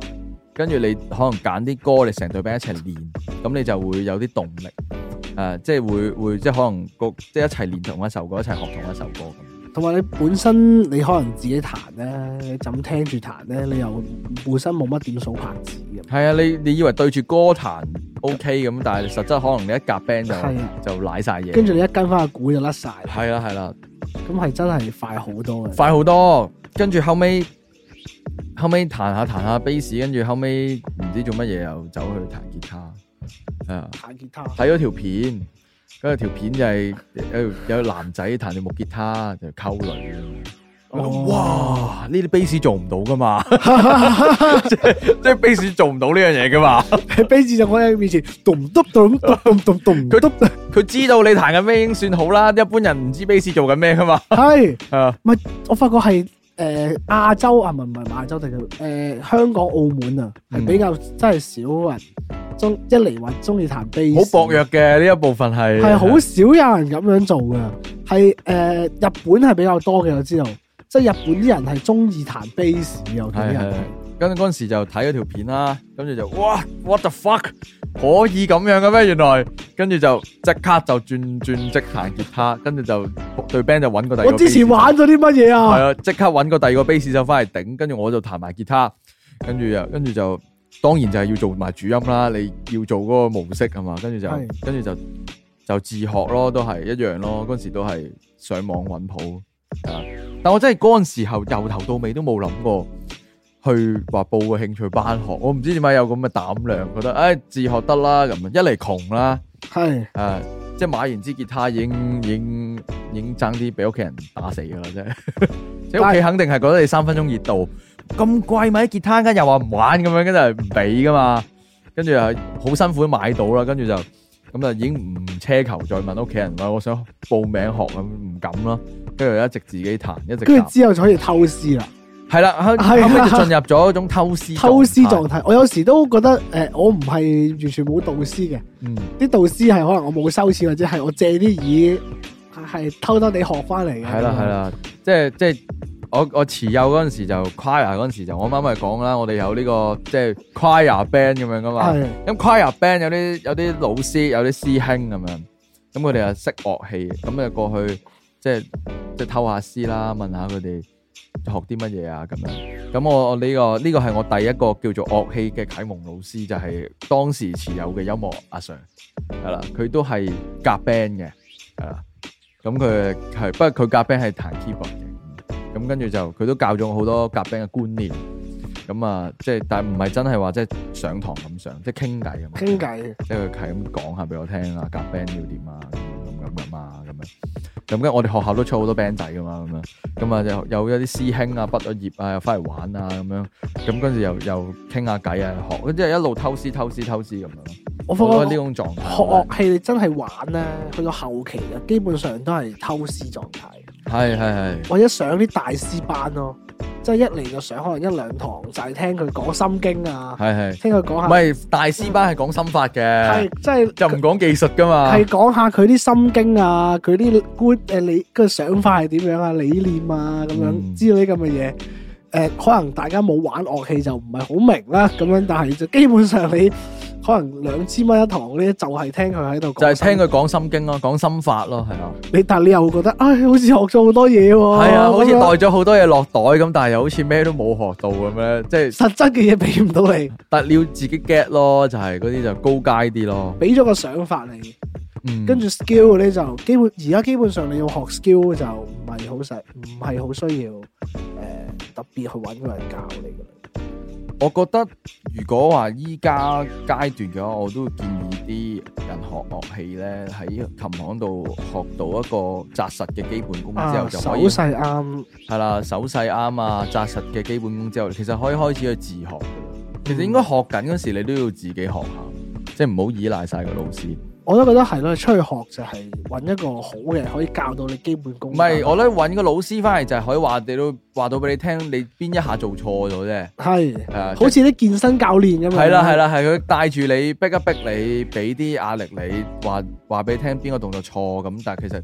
S2: 跟住你可能揀啲歌，你成隊 band 一齊練，咁你就會有啲動力。誒、即係會會即係可能個即係一齊練同一首歌，一齊學同一首歌咁。
S1: 同埋你本身你可能自己彈咧，你就咁聽住彈咧，你又本身冇乜點數拍子嘅，
S2: 系啊，你你以為對住歌彈 OK 咁，但係實質可能你一夾 band
S1: 係啊
S2: 就就濑晒嘢。
S1: 跟住你一跟翻個鼓就甩晒，
S2: 係啦係啦，
S1: 咁係真係快好多嘅。
S2: 快好多。跟住後尾後尾彈下彈下 bass，跟住後尾唔知做乜嘢又走去彈吉他。系啊，
S1: 彈吉他，
S2: 睇咗條片，跟住條片就係呃有有男仔彈住木吉他就溝女。
S1: 哦
S2: 哇！呢啲 bass 做唔到 噶嘛，即係即係 bass 做唔到呢樣嘢噶嘛。
S1: 喺 b a 就我喺面前咚咚咚咚咚咚咚，
S2: 佢佢知道你彈緊咩已經算好啦，一般人唔知 bass 做緊咩噶嘛。
S1: 係
S2: 啊，
S1: 我發覺係誒亞洲啊，唔係唔係亞洲地區，誒香港、澳門啊，係
S2: 嗯
S1: 比較真係少人中一嚟話中意彈 bass，
S2: 好薄弱嘅呢一部分係
S1: 係好少有人咁樣做嘅，係誒、呃日本係比較多嘅，我知道，即係日本啲人係中意彈 bass 嘅，有啲
S2: 係係
S1: 人。。
S2: 跟嗰陣時就睇咗條片啦，跟住就哇 what the fuck 可以咁樣嘅咩？原來跟住就即刻就轉轉職彈吉他，跟住就對 band 就揾個第二個
S1: 我
S2: bass 手。
S1: 之前玩咗啲乜嘢
S2: 係
S1: 啊？
S2: 啊，即刻揾個第二個 bass 手翻嚟頂，跟住我就彈埋吉他，跟住又跟住就當然就係要做埋主音啦，你要做嗰個模式係嘛，跟住就
S1: 係
S2: 跟住就就自學咯，都係一樣咯，嗰陣時都係上網揾譜啊，但我真係嗰陣時候由頭到尾都冇諗過。去話報個興趣班學，我唔知點解有咁嘅膽量，覺得誒、唉自學得啦咁樣，一嚟窮啦，
S1: 係
S2: 誒、即係啊買完支吉他已經已經已經爭啲俾屋企人打死㗎啦，真係。 即係屋企肯定係覺得你三分鐘熱度，咁貴買啲吉他，跟又話唔玩咁樣，跟住係唔俾㗎嘛。跟住又好辛苦買到啦，跟住就咁就已經唔奢求再問屋企人話我想報名學咁，唔敢啦。跟住一直自己彈，一直
S1: 跟住
S2: 彈。
S1: 之後就可以偷師啦，
S2: 係啦，後後
S1: 係啊
S2: 尾就進入咗一種偷師
S1: 偷師狀
S2: 狀態
S1: 態。我有時都覺得誒、呃我唔係完全冇導師嘅，
S2: 嗯
S1: 啲導師係可能我冇收錢，或者係我借啲椅係偷偷地學翻嚟嘅。
S2: 係啦係啦，即係即係我我持有嗰陣時就 choir 嗰陣時就我啱啱咪講啦，我哋有呢、個即係 choir band 咁樣噶嘛。
S1: 係，
S2: 咁 choir band 有啲有啲老師有啲師兄咁樣，咁佢哋又啊識樂器，咁就過去即係即係偷下師啦，問下佢哋學啲乜嘢啊咁樣。咁我我呢、個呢、個係我第一個叫做樂器嘅啟蒙老師，就係、當時持有嘅音樂阿 Sir 係啦，佢都係夾 band 嘅係啦。咁佢係不過佢夾 band 係彈 keyboard 嘅，咁跟住就佢都教咗我好多夾 band 嘅觀念。咁啊，即係但係唔係真係話即係上堂咁上，即係傾偈咁。
S1: 傾偈
S2: 即係佢係咁講下俾我聽啊，夾 band 要點啊，咁咁咁咁啊，咁樣。咁跟住我哋學校都出好多 band 仔噶嘛，咁樣。咁啊，有有一啲師兄啊，畢咗業啊，又翻嚟玩啊，咁樣。咁跟住又又傾下偈啊，學，即係一路偷師偷師偷師咁樣咯。
S1: 我
S2: 我覺
S1: 發
S2: 得呢
S1: 覺
S2: 種狀態
S1: 學樂器你真係玩咧，去到後期嘅基本上都係偷師狀態，
S2: 係係係
S1: 或者上啲大師班咯，即係一嚟就上可能一兩堂，就係聽佢講心經啊，
S2: 係係，
S1: 聽佢講
S2: 唔
S1: 下，
S2: 係大師班係講心法
S1: 係
S2: 嘅，
S1: 即係
S2: 就唔講技術噶嘛。
S1: 係講下佢啲心經啊，佢啲觀誒理個想法係點樣啊，理念啊咁樣
S2: 嗯
S1: 之類咁嘅嘢。誒、可能大家冇玩樂器就唔係好明啦，咁樣，但係就基本上你可能兩千蚊一堂呢，就係聽佢喺度講
S2: 就係
S1: 心
S2: 聽佢講心經咯，講心法咯，係啊，
S1: 你，但係你又覺得，唉，好似學咗好多嘢喎。
S2: 係啊，好似
S1: 咁
S2: 袋
S1: 樣
S2: 咗好多嘢落袋咁，但係又好似咩都冇學到咁樣，即係
S1: 實質嘅嘢俾唔到你，
S2: 但你要自己 get 咯，就係嗰啲就高階啲咯，
S1: 俾咗個想法你，
S2: 嗯，
S1: 跟住 skill 咧就基本而家基本上你要學 skill 就唔係好實，唔係好需要誒、呃特別去揾個人教你㗎啦。
S2: 我覺得如果話依家階段嘅話，我都建議啲人學樂器咧，喺琴行度學到一個扎實嘅基本功之後，
S1: 啊，
S2: 就
S1: 手
S2: 可以
S1: 勢啱，
S2: 係啦，手勢啱啊，扎實嘅基本功之後，其實可以開始去自學㗎啦。其實
S1: 嗯
S2: 應該學緊嗰時，你都要自己學下，即係唔好依賴晒個老師。
S1: 我都覺得係咯，出去學就係揾一個好嘅人可以教到你基本功。
S2: 唔係，我咧揾個老師翻嚟就係可以話你都話到俾你聽，你邊一下做錯咗啫。
S1: 係
S2: 係啊，
S1: 好似啲健身教練咁樣。
S2: 係啦係啦係，佢帶住你逼一逼你，俾啲壓力你，話話俾你聽邊個動作錯咁，但係其實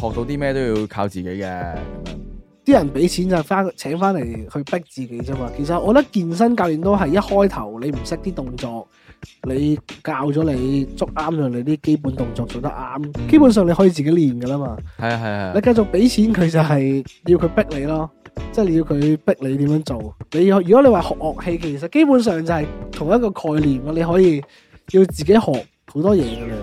S2: 學到啲咩都要靠自己嘅啊咁樣。
S1: 啲人俾錢就翻請翻嚟去逼自己啫嘛。其實我覺得健身教練都係一開頭你唔識啲動作，你教咗你捉啱咗你啲基本動作做得啱，
S2: 嗯
S1: 基本上你可以自己練噶啦嘛。
S2: 係啊係啊
S1: 你，繼續俾錢佢就係要佢逼你咯，即係你要佢逼你點樣做。你要如果你話學樂器，其實基本上就係同一個概念咯。你可以要自己學好多嘢噶啦。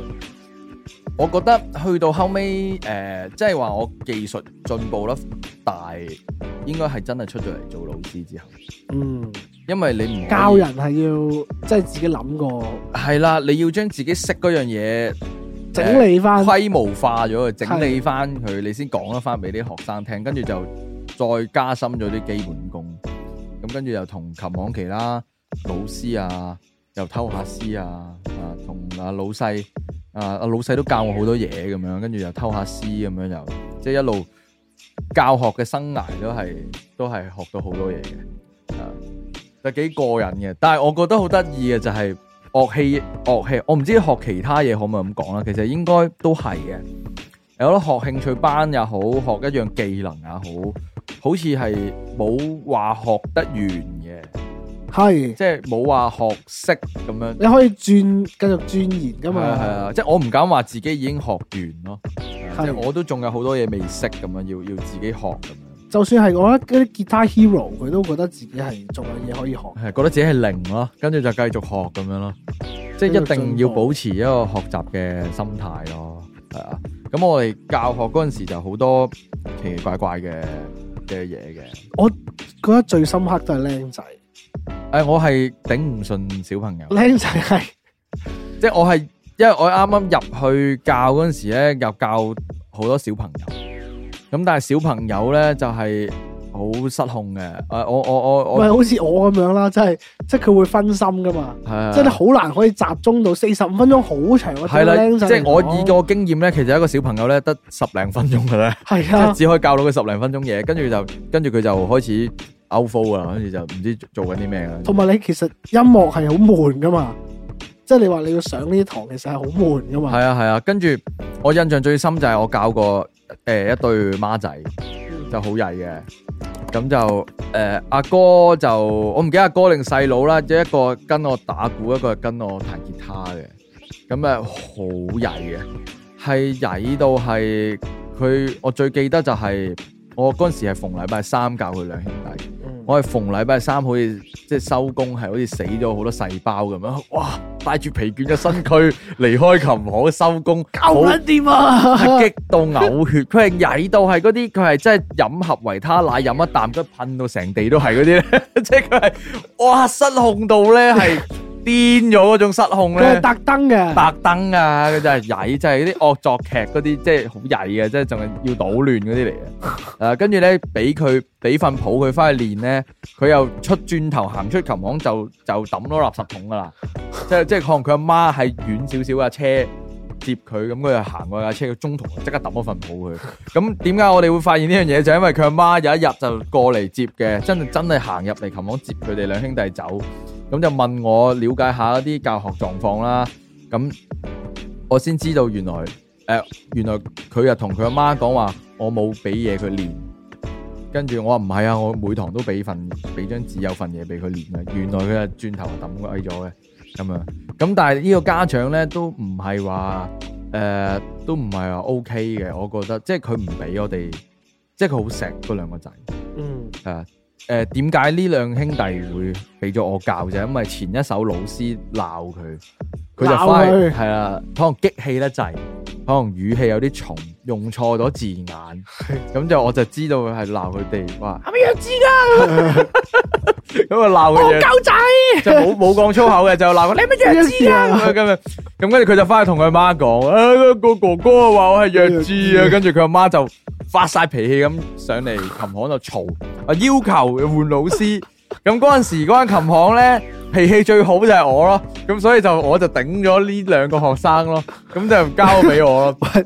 S2: 我覺得去到後尾誒、呃即係話我技術進步得大，應該係真係出咗嚟做老師之後，
S1: 嗯，
S2: 因為你唔可以
S1: 教人係要即係自己諗過
S2: 係啦，你要將自己識嗰樣嘢
S1: 整理翻。
S2: 規模化咗，整理翻佢，你先講得翻俾啲學生聽，跟住就再加深咗啲基本功。咁跟住又同琴行期啦、老師啊，又偷下師啊，啊同啊老細啊啊老細都教我好多嘢咁樣，跟住又偷下師咁樣又，即係一路教學嘅生涯都係都係學到好多嘢嘅，啊，就幾過癮嘅。但係我覺得好得意嘅就係、樂器樂器，我唔知學其他嘢可唔可以咁講啦。其實應該都係嘅。有得學興趣班也好，學一樣技能也好，好似係冇話學得完嘅，
S1: 係，
S2: 即係冇話學識咁樣。
S1: 你可以轉繼續鑽研噶
S2: 咁啊係
S1: 嘛。
S2: 啊，即係我唔敢話自己已經學完咯，即
S1: 係
S2: 係我都仲有好多嘢未識咁樣，要要自己學咁樣，
S1: 就算係我覺得嗰啲吉他 hero，佢都覺得自己係仲有嘢可以學。
S2: 係覺得自己係零咯，跟住就繼續學咁樣咯，即係一定要保持一個學習嘅心態咯，係啊。咁我哋教學嗰陣時就好多奇奇怪怪嘅嘅嘢嘅。
S1: 覺得最深刻都係僆仔，
S2: 誒、我係頂唔順小朋友，
S1: 僆仔係
S2: 即係我係因為我啱啱入去教嗰陣時咧，又教好多小朋友。咁但係小朋友咧就係、好失控嘅。誒、我我我
S1: 唔
S2: 我
S1: 係好似我咁樣啦？即係即係佢會分心噶嘛，
S2: 係啊
S1: 即係你好難可以集中到四十五分鐘好長嘅。
S2: 係啦，
S1: 對僆仔嚟
S2: 即係我
S1: 講
S2: 以我經驗咧，其實一個小朋友咧得十零分鐘嘅咧，
S1: 係
S2: 即係
S1: 啊，
S2: 只可以教到佢十零分鐘嘢，跟住就跟住佢就開始 out f o 啦，跟住就唔知做緊啲咩啦。
S1: 同埋你其實音樂係好悶噶嘛，即係你話你要上呢啲堂其實係好悶噶嘛
S2: 係。啊係啊，跟住我印象最深就係我教過誒、一對孖仔。就好曳嘅。咁就誒阿、哥就我唔記得阿哥定細佬啦，即係一個跟我打鼓，一個跟我彈吉他嘅。咁誒好曳嘅，係曳到係佢。我最記得就係、我嗰陣時係逢禮拜三教佢兩兄弟，
S1: 嗯
S2: 我係逢禮拜三好似即係收工係好似死咗好多細胞咁樣，哇！帶住疲倦嘅身軀 離開琴行收工，
S1: 搞唔撚掂啊！
S2: 係激到嘔血，佢係曳到係嗰啲，佢係真係飲盒維他奶飲一啖，跟住噴到成地都係嗰啲咧， 即係佢係哇失控到咧係癲咗嗰種失控
S1: 佢係
S2: 咧，
S1: 特登 嘅，
S2: 特登啊！佢就係曳，就係嗰啲惡作劇嗰啲，即係好曳嘅，即係仲係要搗亂嗰啲嚟嘅。 誒、跟住咧俾佢俾份譜佢翻去練咧，佢又出轉頭行出琴行就就抌咗垃圾桶噶啦，即係即係可能佢阿媽係遠少少架啊車。接佢，咁佢就行過架車，佢中途即刻抌咗份譜佢。咁點解我哋會發現呢樣嘢？就因為佢阿媽有一日就過嚟接嘅，真係真係行入嚟琴行接佢哋兩兄弟走。咁就問我了解下一啲教學狀況啦。咁我先知道原來誒、呃原來佢又同佢阿媽講話，我冇俾嘢佢練。跟住我話唔係啊，我每堂都啊俾份俾張紙有份嘢俾佢練啊。原來佢係轉頭就抌鬼咗嘅咁樣。哎啊咁但係呢個家長咧都唔係話誒，都唔係話 OK 嘅，我覺得，即係佢唔俾我哋，即係佢好錫嗰兩個仔。
S1: 嗯
S2: 誒誒呃點解呢兩兄弟會俾咗我教就係因為前一首老師鬧佢，佢就翻
S1: 鬧佢
S2: 去係啊，可能激氣得滯，可能語氣有啲重，用錯咗字眼，咁就我就知道係鬧佢哋，哇！
S1: 係咪弱智㗎？
S2: 咁啊鬧佢哋
S1: 狗仔，
S2: 就冇冇講粗口嘅，就鬧佢你係咪弱智啊咁樣咁樣，咁跟住佢就翻去同佢媽講，啊個哥哥話我係弱智啊，跟住佢阿媽就發晒脾氣咁上嚟琴行度嘈，啊要求換老師，咁嗰陣時嗰間琴行咧脾氣最好就係我咯，咁所以就我就頂咗呢兩個學生咯，咁就交俾我咯，
S1: 喂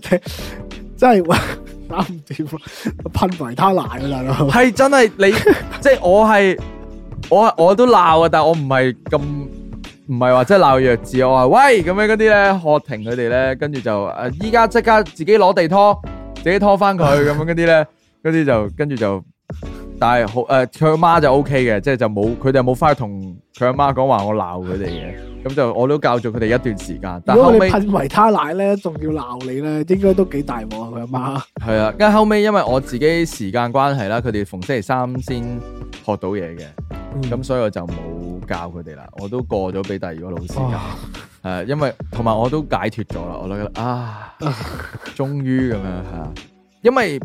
S1: 真係喂搞唔掂啊，噴維他奶啊㗎大佬。
S2: 係真係 你即係我係我我都鬧啊，但我唔係咁。唔係話即係鬧弱智，我話喂咁樣嗰啲咧喝停佢哋咧，跟住就誒依家即刻自己攞地拖，自己拖翻佢咁樣嗰啲 咧，嗰啲就跟住就，但係好呃誒佢阿媽就 O K 嘅，即係就冇佢哋冇翻去同佢阿媽講話我鬧佢哋嘅，咁就我都教咗佢哋一段時間，但
S1: 如果
S2: 後
S1: 你
S2: 尾
S1: 噴維他奶咧，仲要鬧你咧，應該都幾大鑊啊！佢阿媽。
S2: 係啊，跟住後尾因為我自己時間關係啦，佢哋逢星期三先學到嘢嘅，
S1: 嗯
S2: 咁所以我就冇教佢哋啦，我都過咗俾第二個老師教。
S1: 哇
S2: 係啊因為同埋我都解脱咗啦，我覺得 啊，終於咁樣係啊，因為誒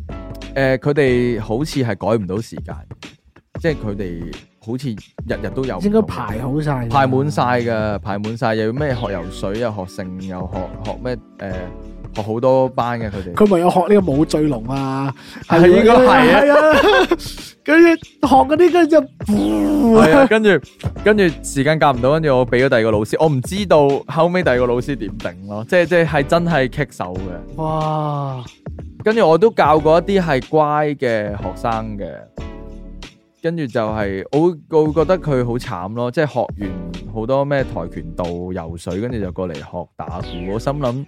S2: 佢哋好似係改唔到時間，即係佢哋好似日日都有唔同嘅
S1: 應該排好晒，
S2: 排滿晒㗎，排滿晒又要咩學游水又學性又學學咩誒、學好多班嘅佢哋。
S1: 佢咪有學呢個舞醉龍啊？
S2: 係應該係啊
S1: 係啊！跟住學嗰啲跟住
S2: 系啊，
S1: 就，
S2: 跟住跟住時間夾唔到，跟住我俾咗第二個老師，我唔知道後尾第二個老師點頂咯，即係即係係真係棘手嘅。
S1: 哇！
S2: 跟住我都教過一啲係乖嘅學生嘅，跟住就係、我會我會覺得佢好慘咯，即係學完好多咩跆拳道、游水，跟住就過嚟學打鼓，我心諗。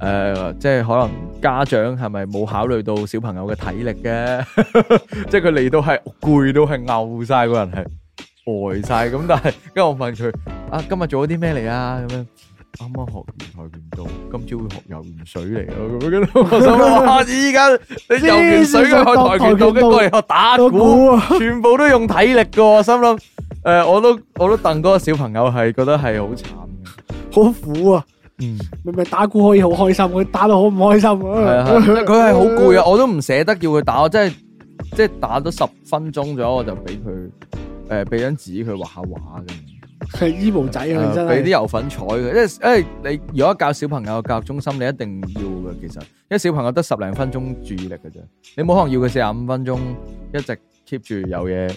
S2: 誒、即係可能家長係咪冇考慮到小朋友嘅體力嘅？即係佢嚟到係攰到係嘔晒個人係呆晒咁，但係跟住我問佢啊，今日做咗啲咩嚟啊？咁樣啱啱學完跆拳道，今朝會學游完水嚟咯。咁樣跟住我心諗哇，依家你游完水去學跆拳道，跟住過嚟學打
S1: 我
S2: 鼓。
S1: 估啊，
S2: 全部都用體力噶，我心諗，誒、我都我都戥嗰個小朋友係覺得係好慘嘅，
S1: 好苦啊！
S2: 嗯，
S1: 明明打鼓可以好開心，佢打到好唔開心
S2: 係啊，
S1: 啊！
S2: 佢係好攰啊，我都唔捨得叫佢打，我真係即係打咗十分鐘咗，我就俾佢誒俾張紙佢畫下畫咁。
S1: 係衣毛仔啊！真
S2: 誒俾啲
S1: 係
S2: 油粉彩嘅，因為因為你如果教小朋友教育中心，你一定要嘅其實，因為小朋友得十零分鐘注意力嘅啫，你冇可能要佢四十五分鐘一直 keep 住有嘢，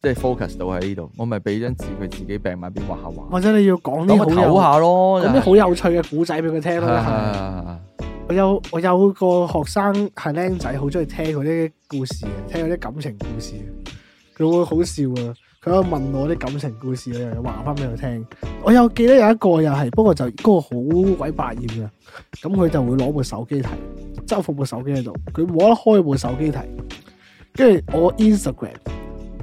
S2: 即係 focus 到喺呢度。我咪俾張紙佢自己病埋邊畫下畫，
S1: 或者你要講
S2: 等
S1: 啲
S2: 佢
S1: 好有
S2: 唞下咯。
S1: 講
S2: 就
S1: 啲
S2: 係
S1: 好有趣嘅古仔俾佢聽
S2: 係
S1: 啦。我有我有個學生係僆仔，好中意聽佢啲故事嘅，聽佢啲感情故事嘅。佢會好笑啊！佢喺度問我啲感情故事，我又話翻俾佢聽。我有記得有一個又係，不過就嗰個好鬼百厭嘅。咁佢就會攞部手機睇，執副部手機喺度，佢冇得開部手機睇。跟住我 Instagram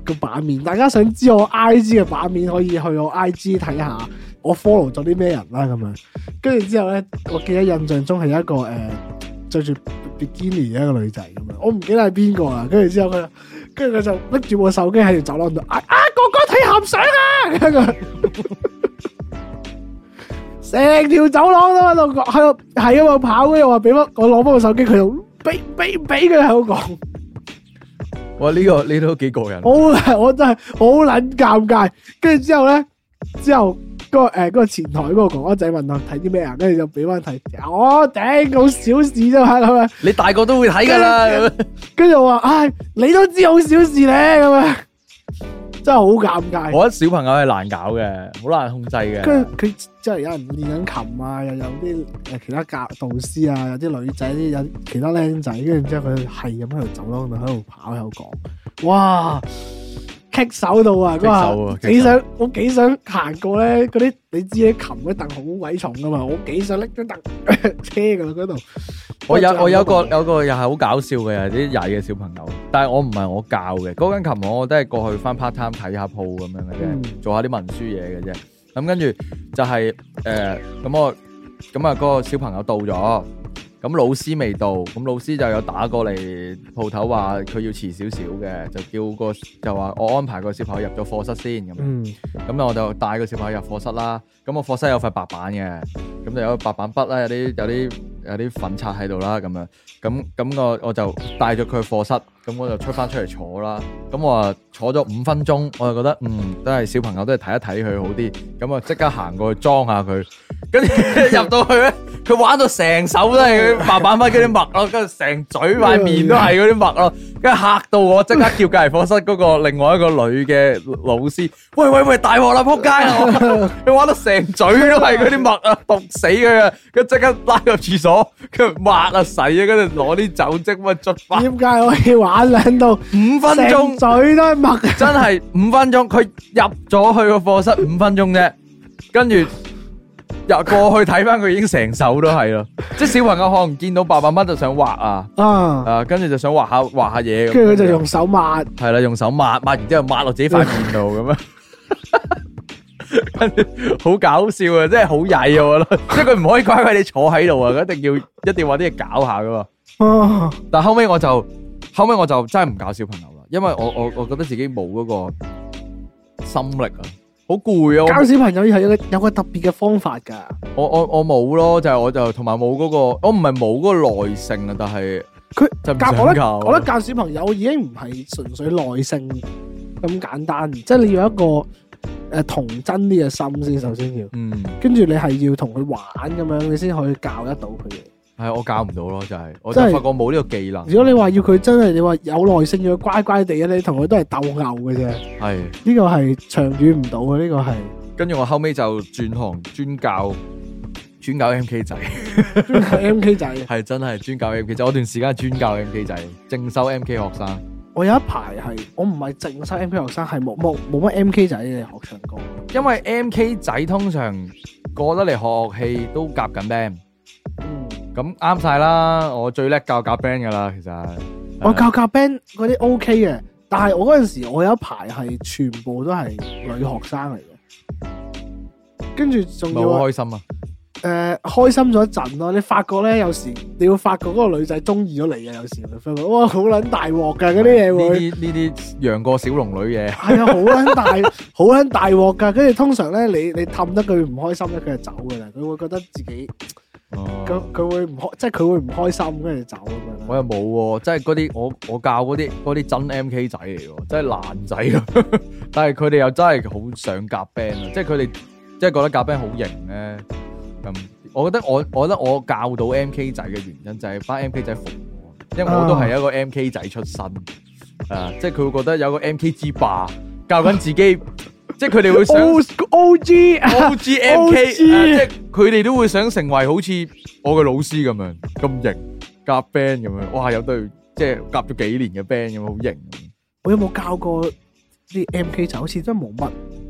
S1: 個版面，大家想知我 IG 嘅版面，可以去我 IG 睇下我 follow 咗啲咩人啦咁樣。跟住之後咧，我記得印象中係一個誒、呃、著住 bikini 嘅一個女仔咁樣，我唔記得係邊個啦。跟住之後佢，跟住佢就拎住部手機喺條走廊度，啊啊哥哥睇鹹相啊！跟住佢 成條走廊都喺度講喺度係咁度跑，跟住我話俾翻我攞翻部手機，佢就俾俾俾佢喺度講。
S2: 哇！呢個呢個都幾過癮。
S1: 好，我真係好撚尷尬。跟住之後咧，之後嗰、個誒、呃嗰個前台嗰個哥哥仔問我睇啲咩啊，跟住就俾翻睇，我頂好小事啫嘛咁樣。
S2: 你大個都會睇㗎啦，咁樣
S1: 跟住我話：唉、你都知好小事咧咁樣，真係好尷尬。
S2: 我覺得小朋友係難搞嘅，好難控制
S1: 跟
S2: 嘅
S1: 住。佢即係有人練緊琴啊，又有啲誒其他教導師啊，有啲女仔，有其他僆仔，跟住之後佢係咁喺度走廊度喺度跑喺度講，哇！棘手到啊！佢
S2: 棘手啊
S1: 話
S2: 棘手
S1: 幾想我幾想行過咧，嗰啲你知啲琴嗰凳好鬼重噶嘛，我幾想拎張凳 車噶啦嗰度。
S2: 我有我有個
S1: 不過
S2: 有個又係好搞笑嘅，有啲曳嘅小朋友，但係我唔係我教嘅，嗰間琴行我都係過去翻 part time 睇下鋪咁樣嘅啫，
S1: 嗯
S2: 做下啲文書嘢嘅啫。咁跟住就係、呃咁、我咁啊嗰個小朋友到咗，咁老師未到，咁老師就有打過嚟鋪頭話佢要遲少少嘅，就叫個就話我安排個小朋友入咗課室先咁樣。
S1: 嗯，
S2: 咁我就帶個小朋友入課室啦。咁我課室有塊白板嘅，咁就有白板筆啦，有啲有啲有啲粉刷喺度啦，咁樣。咁咁我我就帶咗佢去課室，咁我就出翻出嚟坐啦。咁我啊坐咗五分鐘，我就覺得嗯，都係小朋友都係睇一睇佢好啲。咁啊即刻行過去裝下佢，跟住入到去咧，佢玩到成手都係佢白板筆嗰啲墨咯，跟住成嘴塊面都係嗰啲墨咯，跟住嚇到我即刻叫隔離課室嗰個另外一個女嘅老師，喂喂喂，大鑊啦，撲街啦！我佢玩到成嘴都係嗰啲墨啊，毒死佢啊！跟住即刻拉入廁所，跟住抹啊洗啊，跟住攞啲酒精咁啊捽翻
S1: 點解可以玩撚到
S2: 五分
S1: 成。
S2: 鐘
S1: 嘴都係墨？
S2: 真係五分鐘，佢入咗去個課室五分鐘啫，跟住入過去睇翻佢已經成手都係咯，即係小朋友可能見到八百蚊就想畫啊，
S1: 啊，
S2: 啊跟住就想畫下畫下嘢咁樣，
S1: 跟住佢就用手抹，
S2: 係啦，用手抹抹完之後抹落自己塊面度咁樣。跟住好搞笑啊！真係好曳啊！我覺得，即係佢唔可以乖乖地坐喺度啊，佢一定要一定要揾啲嘢搞下噶嘛。
S1: 啊，
S2: 但後尾我就後尾我就真係唔搞小朋友啦，因為我我我覺得自己冇嗰個心力啊，好攰
S1: 教
S2: 啊！
S1: 小朋友係有個有個特別嘅方法㗎，
S2: 我我我冇咯，就係我就同埋冇嗰個，我唔係冇嗰個耐性啊，但係
S1: 佢
S2: 就唔
S1: 教
S2: 想
S1: 我覺得
S2: 教
S1: 我覺得教小朋友已經唔係純粹耐性咁簡單，即係你要有一個誒童真啲嘅心先，首先要，
S2: 嗯
S1: 跟住你係要同佢玩咁樣，你先可以教得到佢嘅。
S2: 係我教唔到咯，就係我就
S1: 真係
S2: 發覺冇呢個技能。
S1: 如果你話要佢真係你話有耐性要佢乖乖地咧，你同佢都係鬥牛嘅啫，呢
S2: 係
S1: 個係長遠唔到嘅，呢個係。
S2: 跟住我後尾就轉行專教專教 M K 仔，
S1: M K 仔，
S2: 係真係專教 M K 仔。我段時間係專教 M K 仔，正收 M K 學生，
S1: 我有一排係我唔係淨收 M K 學生，係冇冇冇乜 M K 仔嘅學唱歌。
S2: 因為 M K 仔通常過得嚟學樂器都夾緊 band。
S1: 嗯，
S2: 咁啱晒啦，我最叻教夾 band 噶啦，其實
S1: 我教教 band 嗰啲 O K 嘅，但係我嗰陣時我有一排係全部都係女學生嚟嘅，跟住仲
S2: 咪
S1: 要
S2: 好
S1: 誒、
S2: 開心啊！
S1: 呃、開心咗一陣咯。你發覺咧，有時你會發覺嗰個女仔中意咗你嘅，有時你發覺哇好撚大鑊㗎嗰啲嘢會。
S2: 呢啲呢啲楊過小龍女嘢，
S1: 系啊，好撚大， 好撚大鑊噶。跟住通常咧，你你氹得佢唔開心咧，佢就走噶啦。佢會覺得自己
S2: 哦
S1: 佢佢會唔開，即係佢會唔開心，跟住走咁樣
S2: 我
S1: 啦。
S2: 又冇喎，即係嗰啲我我教嗰啲嗰啲真 M K 仔嚟喎，真係爛仔咯。 但係佢哋又真係好想夾 band 啊，即係佢哋即係覺得夾 band 好型咧。咁我覺得我我覺得我教到 M K 仔嘅原因就係班 M K 仔服我，因為我都係一個 M K 仔出身，啊，即係佢會覺得有個 M K 之霸教緊自己，即係佢哋會想。
S1: O O G
S2: O G M K，
S1: OG
S2: 即係佢哋都會想成為好似我嘅老師咁樣咁型，夾 band 咁樣，哇有對即係夾咗幾年嘅 band 咁樣好型。
S1: 我有冇教過啲 M K 仔？好似真係冇乜，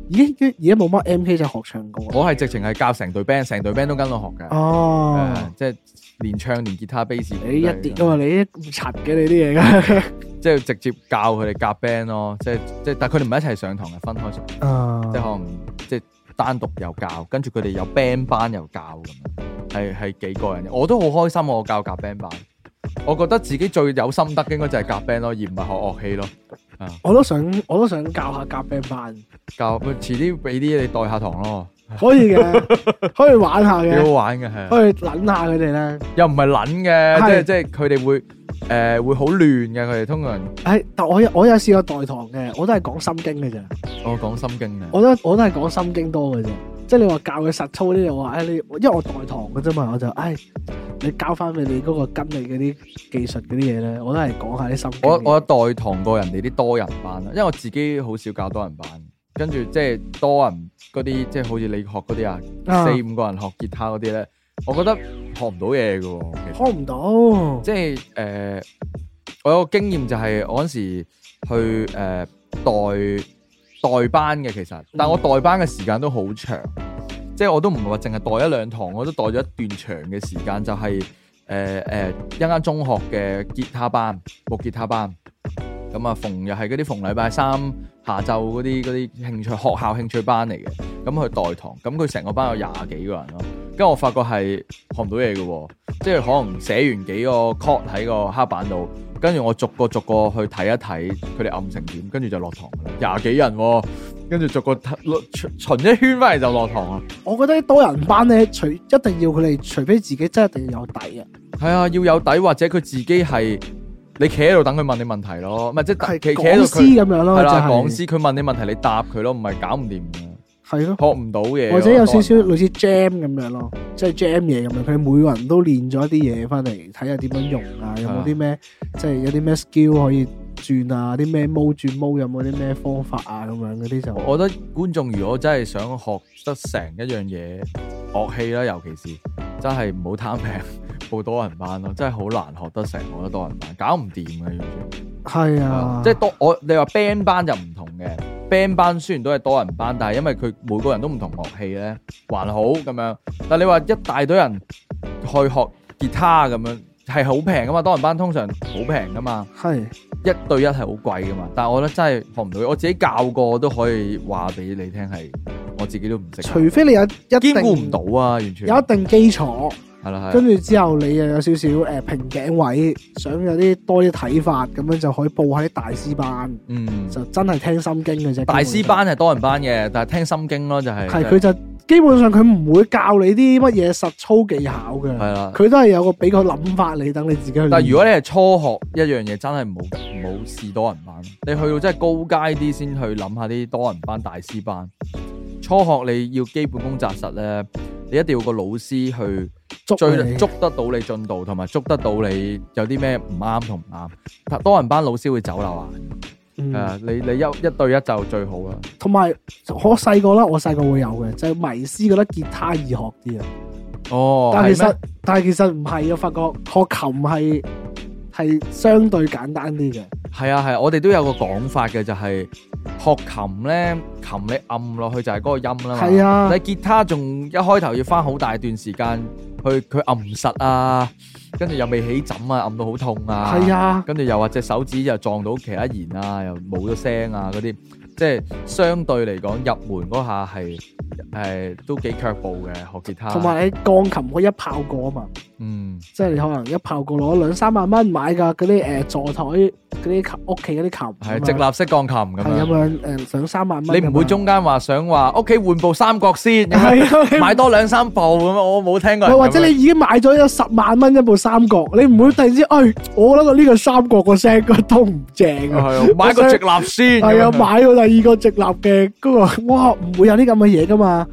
S1: 已經已經冇乜 M K 仔學唱歌。啊
S2: 我係直情係教成隊 band，成隊 band 都跟我學嘅，
S1: 哦
S2: 誒，即係連唱連吉他 bass，
S1: 你一啲噶嘛，你一咁柒嘅你啲嘢㗎。
S2: 即係直接教佢哋夾 band 咯，即係即係，但係佢哋唔係一齊上堂嘅，分開上， 即
S1: 啊
S2: 係可能即係單獨又教，跟住佢哋有 band 班又教咁樣，係係幾個人，我都好開心我教夾 band 班，我覺得自己最有心得嘅應該就係夾 band 咯，而唔係學樂器咯。
S1: 我都想我都想教下夾 band 班，
S2: 教遲啲俾啲你代下堂咯，
S1: 可以嘅， 可以玩下
S2: 幾好
S1: 嘅，
S2: 玩嘅係啊，
S1: 可以撚下佢哋咧。
S2: 又唔係撚嘅，即係
S1: 哎係
S2: 即係佢哋會誒、呃、會好亂嘅，佢哋通常
S1: 係，但我有我有試過代堂嘅，我都係講心經嘅啫，
S2: 我講心經嘅，
S1: 我都我都係講心經多嘅啫。即係你話教佢實操呢啲，我話唉你，因為我代堂嘅啫嘛，我就唉你交翻俾你嗰個跟你嗰啲技術嗰啲嘢咧，我都係講下啲心經
S2: 我
S1: 嘅。
S2: 我代堂過人哋啲多人班啦，啊因為我自己好少教多人班，跟住即係多人嗰啲，即係好似你學嗰啲啊，
S1: 啊
S2: 四五個人學吉他嗰啲咧，我覺得學唔到嘢嘅喎，其實
S1: 學唔到，
S2: 即係誒、呃我有個經驗就係我嗰時去誒、呃代代班嘅，其實，但我代班嘅時間都好長，即係我都唔係話淨係代一兩堂，我都代咗一段長嘅時間，就係誒誒一間中學嘅吉他班，木吉他班。咁啊，逢又係嗰啲逢禮拜三下晝嗰啲嗰啲興趣學校興趣班嚟嘅，咁去代堂，咁佢成個班有廿幾個人咯。跟住我發覺係學唔到嘢嘅喎，即係可能寫完幾個 code 喺個黑板度，跟住我逐個逐個去睇一睇佢哋暗成點，跟住就落堂㗎啦。廿幾人喎、跟住逐個睇巡一圈翻嚟就落堂啊。
S1: 我覺得多人班咧，除一定要佢哋，除非自己真係一定要有底啊。
S2: 係啊，要有底或者佢自己係你企喺度等佢問你問題咯，唔係即係
S1: 係
S2: 企企
S1: 講
S2: 喺度
S1: 師
S2: 佢
S1: 咁樣咯，
S2: 係
S1: 就
S2: 啦，
S1: 係
S2: 講師佢問你問題你答佢咯，唔係搞唔掂嘅，
S1: 係咯，
S2: 學唔到嘢咯。
S1: 或者有少少
S2: 多人
S1: 類似 jam 咁樣咯，即係 jam 嘢咁樣。佢每個人都練咗一啲嘢翻嚟，睇下點樣用啊，有冇啲咩即係有啲咩 skill 可以轉啊，啲咩毛轉毛有冇啲咩方法啊咁樣嗰啲就。
S2: 我覺得觀眾如果真係想學得成一樣嘢，樂器啦，尤其是真係唔好貪平報多人班咯，真係好難學得成，我覺得多人班搞唔掂啊嘅完全。
S1: 係啊，
S2: 即係多我你話 band 班就唔同嘅，band 班雖然都係多人班，但係因為佢每個人都唔同樂器咧，還好咁樣。但你話一大堆人去學吉他咁樣係好平噶嘛，多人班通常好平噶嘛。
S1: 係
S2: 一對一係好貴噶嘛，但係我覺得真係學唔到，我自己教過都可以話俾你聽係，我自己都唔識，
S1: 除非你有一
S2: 兼
S1: 定
S2: 顧唔到啊，完全
S1: 有一定基礎，
S2: 係啦係啦
S1: 跟住之後你又有少少誒瓶頸位，想有啲多啲睇法，咁樣就可以報喺大師班，
S2: 嗯，
S1: 就真係聽心經嘅啫。
S2: 大師
S1: 基本上
S2: 班係多人班嘅，但係聽心經咯就係
S1: 係佢就基本上佢唔會教你啲乜嘢實操技巧嘅，
S2: 係啦。
S1: 佢都係有個俾個諗法你，等你自己去。
S2: 但係如果你係初學一樣嘢，真係唔好唔好試多人班。你去到真係高階啲先去諗下啲多人班、大師班。初學你要基本功扎實咧，你一定要個老師去。
S1: 捉
S2: 追
S1: 你
S2: 捉得到你進度，同埋捉得到你有啲咩唔啱同唔啱。多人班老師會走漏啊！
S1: 嗯
S2: 係啊，你你一一對一就最好啦。
S1: 同埋我細個啦，我細個會有嘅，就係迷思覺得吉他易學啲啊。
S2: 哦，
S1: 但係其
S2: 係
S1: 實
S2: 咩，
S1: 但係其實唔係啊，發覺學琴係係相對簡單啲嘅。
S2: 係啊係啊，我哋都有個講法嘅，就係、學琴咧，琴你按落去就係嗰個音啦嘛。
S1: 係啊
S2: 但係吉他仲一開頭要花好大段時間去佢按唔實啊，跟住又未起枕啊，按到好痛啊。
S1: 係啊，
S2: 跟住又話隻手指又撞到其他弦啊，又冇咗聲啊嗰啲，即係相對嚟講入門嗰下係誒都幾卻步嘅學吉他。
S1: 同埋你鋼琴可以一炮過啊嘛，
S2: 嗯
S1: 即係你可能一炮過攞兩三萬蚊買㗎嗰啲誒座台嗰啲琴屋企嗰啲琴，
S2: 係直立式鋼琴
S1: 係
S2: 咁
S1: 咁
S2: 樣，
S1: 樣誒兩三萬蚊咁樣。
S2: 你唔會中間話想話屋企換部三角先，
S1: 係啊，
S2: 買多兩三部咁樣，我冇聽過人咁樣。
S1: 或者你已經買咗有十萬蚊一部三角，你唔會突然之間，哎，我覺得呢個三角個聲個通唔正啊，
S2: 係啊買個直立先咁
S1: 係啊，
S2: 樣。
S1: 買咗第二個直立嘅嗰個，哇，唔會有啲咁嘅嘢噶嘛，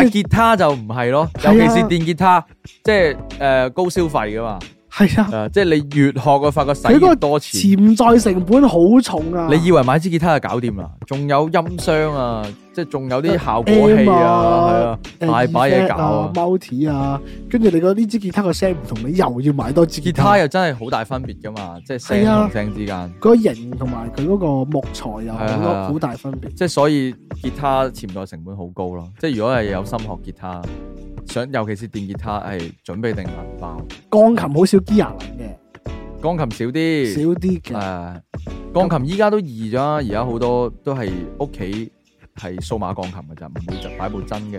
S1: 跟
S2: 係
S1: 住
S2: 吉他就唔係咯，
S1: 係
S2: 尤
S1: 啊
S2: 其是電吉他，即係誒高消費噶嘛，
S1: 係啊，
S2: 誒即係嗯你越學我發覺使
S1: 佢嗰個
S2: 越多錢。
S1: 潛在成本好重啊，
S2: 你以為買支吉他就搞 掂啦？仲有音箱啊，即係仲有啲效果器
S1: 呃 M
S2: 啊，
S1: 啊
S2: 係啊，
S1: 誒
S2: 大把嘢搞啊
S1: effect multi 啊，跟住你個呢支吉他個聲唔同，你又要買多支
S2: 吉
S1: 吉
S2: 他
S1: 他，
S2: 又真係好大分別噶嘛，即係聲
S1: 係啊
S2: 同聲之間，
S1: 嗰個型同埋佢嗰個木材有
S2: 係啊
S1: 好
S2: 係啊
S1: 多好大分別。
S2: 即係所以吉他潛在成本好高咯。即係如果係有心學吉他，想尤其是電吉他係準備定銀包，
S1: 鋼琴好少 gear 嚟
S2: 鋼琴少
S1: 嘅，少
S2: 啲，
S1: 啲
S2: 誒、
S1: 嘅，
S2: 鋼琴依家都易咗啦，啊而家好多都係屋企係數碼鋼琴嘅咋，唔會就擺部真嘅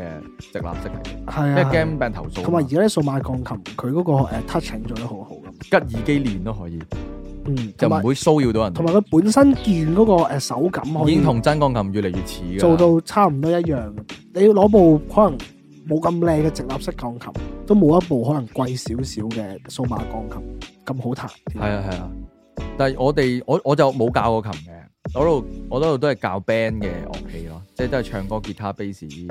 S2: 直立式嚟，
S1: 係
S2: 因為
S1: 啊。
S2: 驚病投訴啊
S1: 同埋
S2: 嘛，
S1: 而家啲數碼鋼琴，佢嗰個誒 touching 做得好好咁，
S2: 吉耳機練都可以。
S1: 嗯，同
S2: 就唔
S1: 埋
S2: 會騷擾到人哋，
S1: 同埋佢本身鍵嗰個誒手感可
S2: 已
S1: 以
S2: 經同真鋼琴越嚟越似㗎啦
S1: 做到差唔多一樣。你要攞部可能冇咁靚嘅直立式鋼琴，都冇一部可能貴少少嘅數碼鋼琴咁好彈。
S2: 係啊係啊。但係我哋我我就冇教過琴嘅，我嗰度我嗰度都係教 band 嘅樂器咯，即係都係唱歌、吉他、bass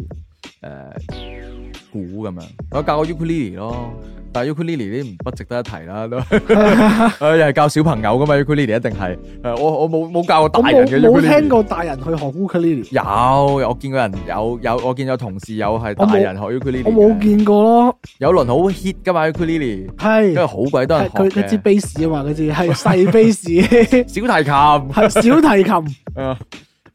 S2: 誒、鼓咁樣。我教過 ukulele 咯，但係 ukulele 啲唔不值得一提啦， 都誒又係教小朋友㗎嘛，ukulele 一定係誒我我冇冇教過
S1: 我
S2: 大人嘅
S1: 冇冇聽
S2: ukulele。
S1: 過大人去學 ukulele，
S2: 有，我見過人有有，我見有同事有係大人學
S1: 我
S2: ukulele，
S1: 冇
S2: 嘅
S1: 見過咯。
S2: 有輪好 hit 㗎嘛 ukulele，
S1: 係
S2: 因為好鬼多人
S1: 係
S2: 學
S1: 佢佢支
S2: 嘅。
S1: bass 啊嘛，嗰支係細 bass，
S2: 小提琴，
S1: 係小提琴。
S2: 啊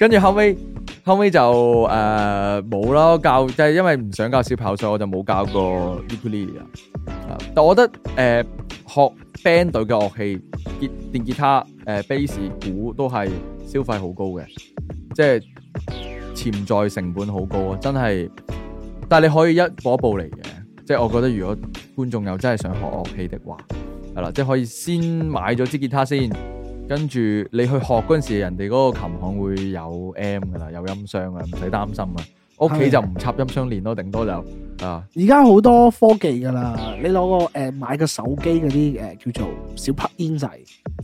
S2: 跟住後尾後尾就誒冇啦，教就係因為唔想教小朋友，所以我就冇教過 ukulele 啦。啊但我覺得誒、呃、學 band 隊嘅樂器，吉電吉他、誒、呃、bass、鼓都係消費好高嘅，即係潛在成本好高啊，真係。但係你可以一步一步嚟嘅，即係我覺得如果觀眾又真係想學樂器的話，係啦，即係可以先買咗支吉他先，跟住你去學嗰陣時，人哋嗰個琴行會有 M 噶啦，有音箱啊，唔使擔心啊。屋企就唔插音箱練咯，頂多就啊，
S1: 而家好多科技噶啦，你攞個誒、呃、買個手機嗰啲誒叫做小 plug in 掣，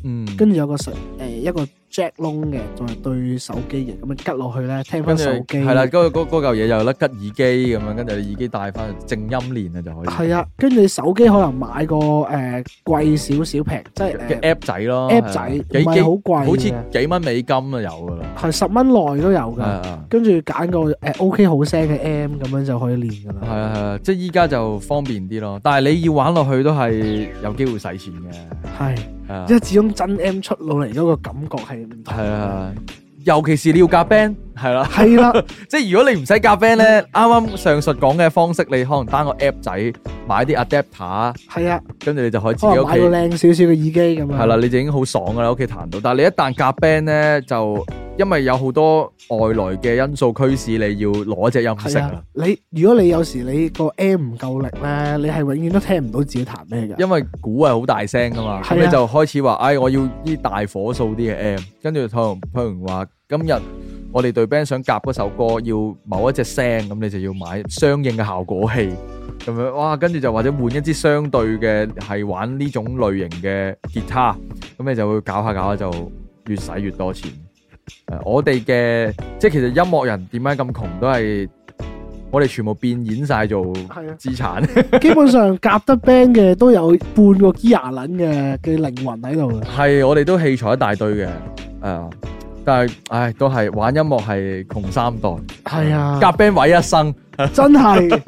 S2: 嗯，
S1: 跟住有個實誒、呃一個 jack 窿嘅，仲係對手機嘅，咁樣吉落去咧，聽翻
S2: 跟住
S1: 手機。
S2: 係啦，嗰嗰嗰嚿嘢又有粒吉耳機咁樣，跟住你耳機戴翻正音練啊就可以。
S1: 係啊，跟住你手機可能買個誒、呃、貴少少平，即係誒
S2: 嘅 app 仔咯
S1: app
S2: 係
S1: 仔，
S2: 啊
S1: 唔係好貴
S2: 好似
S1: 嘅
S2: 幾蚊美金啊有噶啦，
S1: 係十蚊內都有
S2: 係
S1: 㗎。
S2: 啊
S1: 跟住揀個誒 OK 好聲嘅 M 咁樣就可以練㗎
S2: 係
S1: 啦。
S2: 啊係啊，即係依家就方便啲咯。但係你要玩落去都係有機會使錢嘅，
S1: 係，
S2: 係啊
S1: 因為始終真 M 出到嚟嗰個感覺係唔同。
S2: 係啊，尤其是你要夾 band 係啦，
S1: 係啦，
S2: 即係如果你唔使夾 band 咧，啱啱上述講嘅方式，你可能 down 個 app 仔買啲 adapter，
S1: 係啊，
S2: 跟住你就可以自
S1: 可
S2: 己
S1: 能
S2: 屋
S1: 買個
S2: 企。
S1: 靚少少嘅耳機咁啊樣。
S2: 係啦，，你就已經好爽噶啦，屋企彈到。但係你一旦夾 band 咧，就因為有好多外來嘅因素驅使你要攞隻音
S1: 係
S2: 色啦
S1: 啊。，你如果你有時你個 M 唔夠力咧，你係永遠都聽唔到自己彈咩㗎。
S2: 因為鼓係好大聲噶嘛，咁
S1: 係啊
S2: 你就開始話，唉，我要啲大火數啲嘅 M，跟住可能譬如話，今日我哋隊 band 想夾嗰首歌，要某一隻聲，咁你就要買相應嘅效果器，咁樣，哇，跟住就或者換一支相對嘅係玩呢種類型嘅吉他，咁你就會搞下搞下就越使越多錢。誒，我哋嘅即係其實音樂人點解咁窮都係我哋全部變現晒做
S1: 係啊，
S2: 資產。
S1: 基本上夾得 band 嘅都有半個 gear 撚嘅嘅靈魂喺度嘅。
S2: 係，我哋都器材一大堆嘅，誒、但係，唉，都係玩音樂係窮三代，
S1: 係啊，
S2: 夾 band 位一生，
S1: 真係。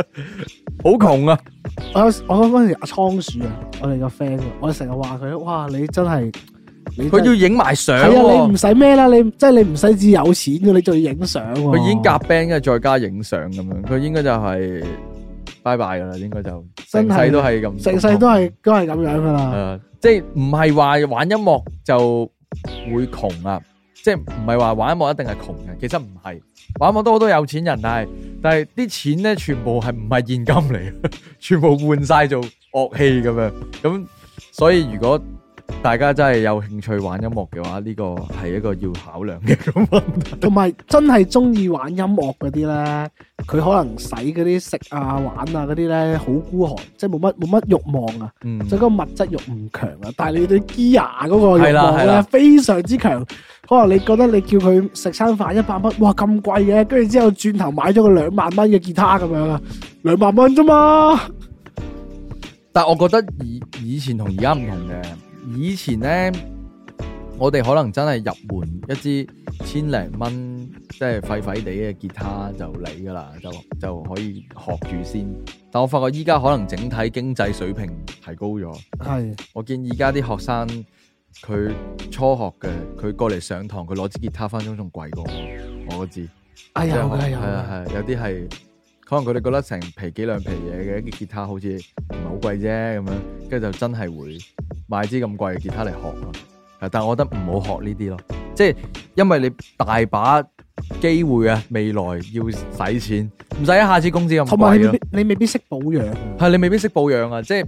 S2: 好窮啊！
S1: 我有時我嗰陣時阿倉鼠啊，我哋個 friend，我成日話佢，哇，你真係你
S2: 佢要影埋相
S1: 系啊，你
S2: 喎
S1: 唔，使咩啦，你即係你唔使至有錢嘅，你仲要影相喎。
S2: 佢已經夾 band 嘅，再加影相咁樣，佢應該就係拜拜噶啦，應該就
S1: 真
S2: 成
S1: 係
S2: 世都係咁，
S1: 成世都係都係咁樣噶
S2: 誒、
S1: 啦，
S2: 啊即係唔係話玩音樂就會窮啊？即係唔係話玩音樂一定係窮嘅？其實唔係，玩音樂都好多有錢人，但係但係啲錢咧全部係唔係現金嚟， 全部換晒做樂器咁樣。咁所以如果大家真係有興趣玩音樂嘅話，呢、個係一個要考量嘅咁問題。
S1: 同埋真係中意玩音樂嗰啲咧，佢可能使嗰啲食啊、玩啊嗰啲咧好孤寒，即係冇乜冇乜欲望啊，
S2: 嗯，
S1: 即係嗰個物質欲唔強啊。但係你對 gear 嗰個
S2: 係
S1: 欲
S2: 啦係
S1: 望
S2: 啦
S1: 咧非常之強，可能你覺得你叫佢食餐飯一百蚊，哇咁貴嘅，跟住之後轉頭買咗個兩萬蚊嘅吉他咁樣啊，兩萬蚊啫嘛，
S2: 但我覺得以以前同而家唔同嘅，以前咧我哋可能真係入門一支千零蚊，即係廢廢地嘅吉他就嚟噶啦，就就可以學住先。但我發覺依家可能整體經濟水平提高咗，
S1: 係。
S2: 我見依家啲學生佢初學嘅，佢過嚟上堂，佢攞支吉他分分鐘仲貴過我我嗰支。
S1: 哎呀，有
S2: 係
S1: 嘅有
S2: 係
S1: 嘅，
S2: 啊係，有啲係可能佢哋覺得成皮幾兩皮嘢嘅一支吉他好似唔係好貴啫咁樣，跟住就真係會買支咁貴嘅吉他嚟學咯。係但係我覺得唔好學呢啲咯，即係因為你大把機會啊，未來要使錢，唔使一下子工資咁
S1: 同埋你
S2: 貴
S1: 未
S2: 啊咯。
S1: 必你未必識保養。啊
S2: 係你未必識保養啊，即係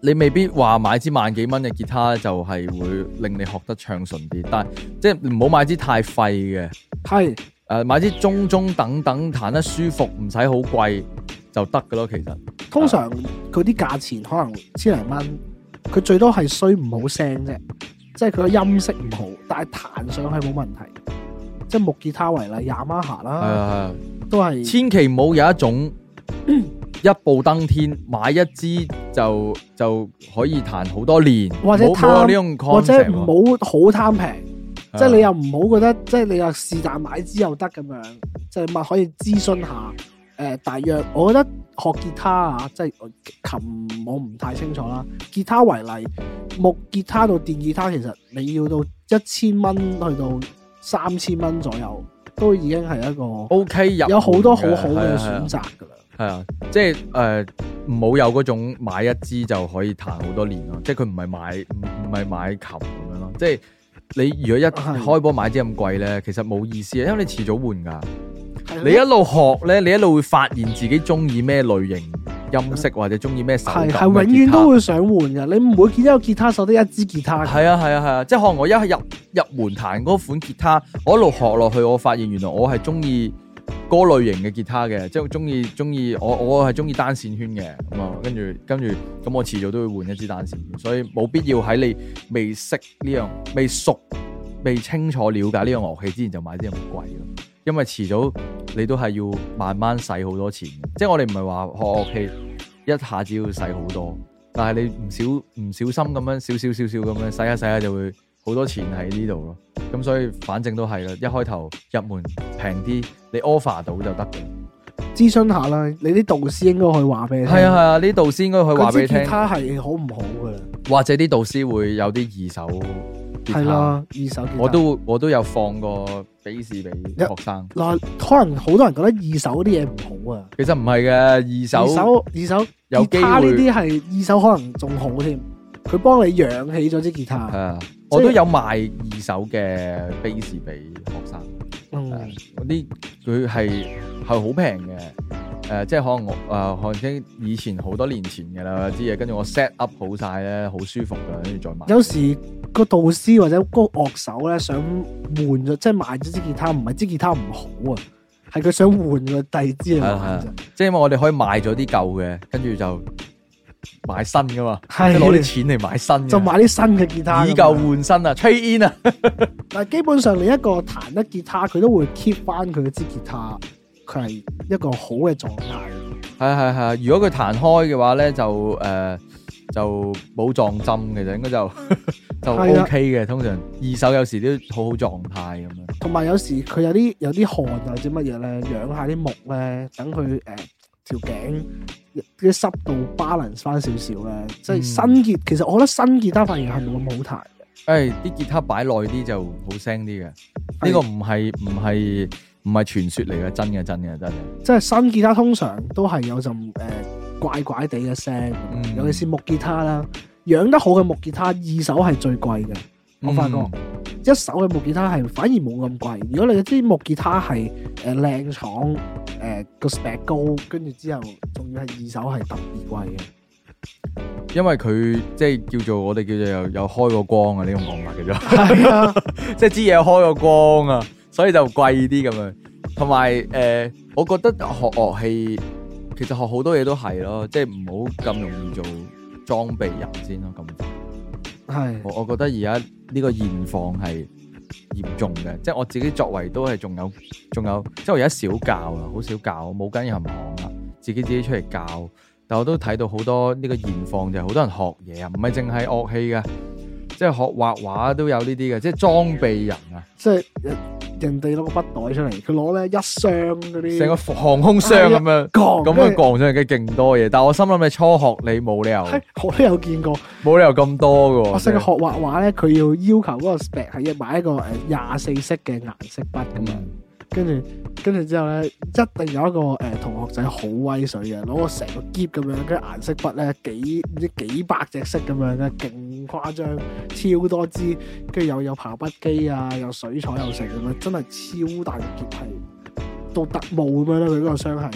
S2: 你未必話買支萬幾蚊嘅吉他就係會令你學得暢順啲，但係即係唔好買支太廢嘅。
S1: 係
S2: 誒啊買啲中中等等彈得舒服，唔使好貴就得噶咯。其
S1: 啊
S2: 實
S1: 通常佢啲價錢可能千零蚊，佢最多係衰唔好聲啫，即係佢個音色唔好，但係彈上去冇問題。即係木吉他為例，Yamaha
S2: 係
S1: 啦，
S2: 啊，
S1: 都係
S2: 千祈唔好有 一種一步登天，買一支就就可以彈好多年，
S1: 或者
S2: 唔好唔
S1: 貪
S2: 好有啊呢種 concept
S1: 或者
S2: 喎
S1: 唔好好貪平，
S2: 係
S1: 即
S2: 啊
S1: 係你又唔好覺得，即係你又是但買支又得咁樣，即係咪可以諮詢下？誒、大約我覺得學吉他啊，即係我琴我唔太清楚啦。吉他為例，木吉他到電吉他，其實你要到一千蚊去到三千蚊左右，都已經係一個
S2: OK 入
S1: 有好多好好嘅
S2: 門係啊係啊
S1: 選擇㗎啦。
S2: 係啊，即係誒唔好有嗰種買一支就可以彈好多年咯，即係佢唔係買唔唔係買琴咁樣咯，即係你如果一
S1: 係
S2: 啊開波買支咁貴咧，其實冇意思啊，因為你遲早換㗎。
S1: 係
S2: 你一路學咧，你一路會發現自己中意咩類型音色，或者中意咩啊手感
S1: 係
S2: 嘅
S1: 係永
S2: 吉
S1: 遠
S2: 他
S1: 都會想換嘅，你唔會見到一個吉他手得一支吉他嘅。
S2: 係啊係啊係啊，即係可能我一入入門彈嗰款吉他，我一路學落去，我發現原來我係中意嗰類型嘅吉他嘅，即係中意中意我我係中意單線圈嘅咁啊，跟住跟住咁我遲早都會換一支單線圈，所以冇必要喺你未識呢樣、未熟、未清楚了解呢樣樂器之前就買啲咁貴嘅，因為遲早你都係要慢慢使好多錢嘅，即係我哋唔係話學樂器一下子要使好多。但係你唔小唔小心咁樣少少少少咁樣使下使下就會好多錢喺呢度咯。咁所以反正都係啦，一開頭入門平啲，你 offer 到就得嘅。
S1: 諮詢下啦，你啲導師應該可以話俾你聽。
S2: 係啊係，啊，呢導師應該佢話
S1: 嗰
S2: 俾你
S1: 支吉
S2: 聽，
S1: 他係好唔好嘅？
S2: 或者啲導師會有啲二手吉
S1: 係
S2: 他。
S1: 啦，二手吉他。
S2: 我都我都有放過比試俾學生，
S1: 嗱，可能好多人覺得二手啲嘢唔好啊。
S2: 其實唔係嘅，二
S1: 二
S2: 手
S1: 手二手
S2: 有
S1: 吉
S2: 機
S1: 他呢
S2: 會
S1: 啲係二手可能仲好添，佢幫你養起咗支吉他
S2: 係。啊，我都有賣二手嘅 base 俾學生。
S1: 嗯，
S2: 嗰啲佢係係好平嘅，誒、即係可能我誒、呃可能即係以前好多年前嘅啦啲嘢，跟住我 set up 好晒咧，好舒服嘅，跟住再買。
S1: 有時個導師或者嗰個樂手咧想換咗，即係賣咗支吉他，唔係支吉他唔好啊，係佢想換個第二支嚟玩啫。
S2: 即係因為我哋可以賣咗啲舊嘅，跟住就買新噶嘛，即
S1: 係
S2: 係攞啲錢嚟買新嘅，
S1: 就買啲新嘅吉他咁樣。
S2: 以舊換新啊，trade in 啊，
S1: 但係基本上你一個彈得吉他，佢都會 keep 翻佢支吉他，佢係一個好嘅狀態。
S2: 係係係。如果佢彈開嘅話咧，就誒、呃就冇撞針嘅就應該就 就
S1: 係啊
S2: OK 嘅。通常二手有時都好好狀態咁樣。
S1: 同埋有時佢有啲有啲汗或者乜嘢咧，養下啲木咧，等佢誒條頸啲濕度 balance 翻少少咧，即係
S2: 嗯
S1: 新結。其實我覺得新吉他反而係冇咁好彈。
S2: 诶，哎啲、吉他擺耐啲就好聲啲嘅，
S1: 係
S2: 呢個唔係唔係唔係傳說嚟嘅，真嘅真嘅真嘅。
S1: 即係新吉他通常都係有陣誒、呃怪怪地嘅聲，
S2: 嗯
S1: 尤其是木吉他啦。養得好嘅木吉他，二手係最貴嘅。我發覺、
S2: 嗯
S1: 一手嘅木吉他係反而冇咁貴。如果你支木吉他係誒靚廠誒個 spec 高，跟住之後仲要係二手係特別貴嘅。
S2: 因為佢即係叫做我哋叫做有有開過光啊，呢種講法嘅啫，
S1: 係啊，
S2: 即係支嘢開過光啊，所以就貴啲咁樣。同埋诶，我覺得學樂器其實學好多嘢都係咯，即係唔好咁容易做裝備人先咯，咁快。
S1: 係
S2: 我我覺得而家呢個現況係嚴重嘅，即係我自己作為都係仲有仲有，即係我而家少教啦，好少教，冇跟任行啦，啊自己自己出嚟教。但我都睇到好多呢個現況就係好多人學嘢啊，唔係淨係樂器嘅，即係學畫畫都有呢啲嘅，即係裝備人啊，
S1: 即係呃人哋攞個筆袋出嚟，佢攞咧一箱嗰啲
S2: 成個航空箱咁樣。
S1: 鋼
S2: 咁樣降上去嘅勁多嘢，但我心諗你初學你冇理由
S1: 係我都有見過。
S2: 冇理由咁多嘅喎。
S1: 我成
S2: 真
S1: 日
S2: 係
S1: 學畫畫咧，佢要要求嗰個 spec 係要買一個誒呃廿四色嘅顏色筆咁
S2: 啊
S1: 樣，跟住跟住之後咧，一定有一個誒、呃同學仔好威水嘅，攞個成個夾咁樣，跟住顏色筆咧幾唔知幾百隻色咁樣咧，勁誇張，超多支，跟住又有刨筆機啊，有水彩又成咁樣，真係超大嘅夾係到特務咁樣咧，佢嗰個箱係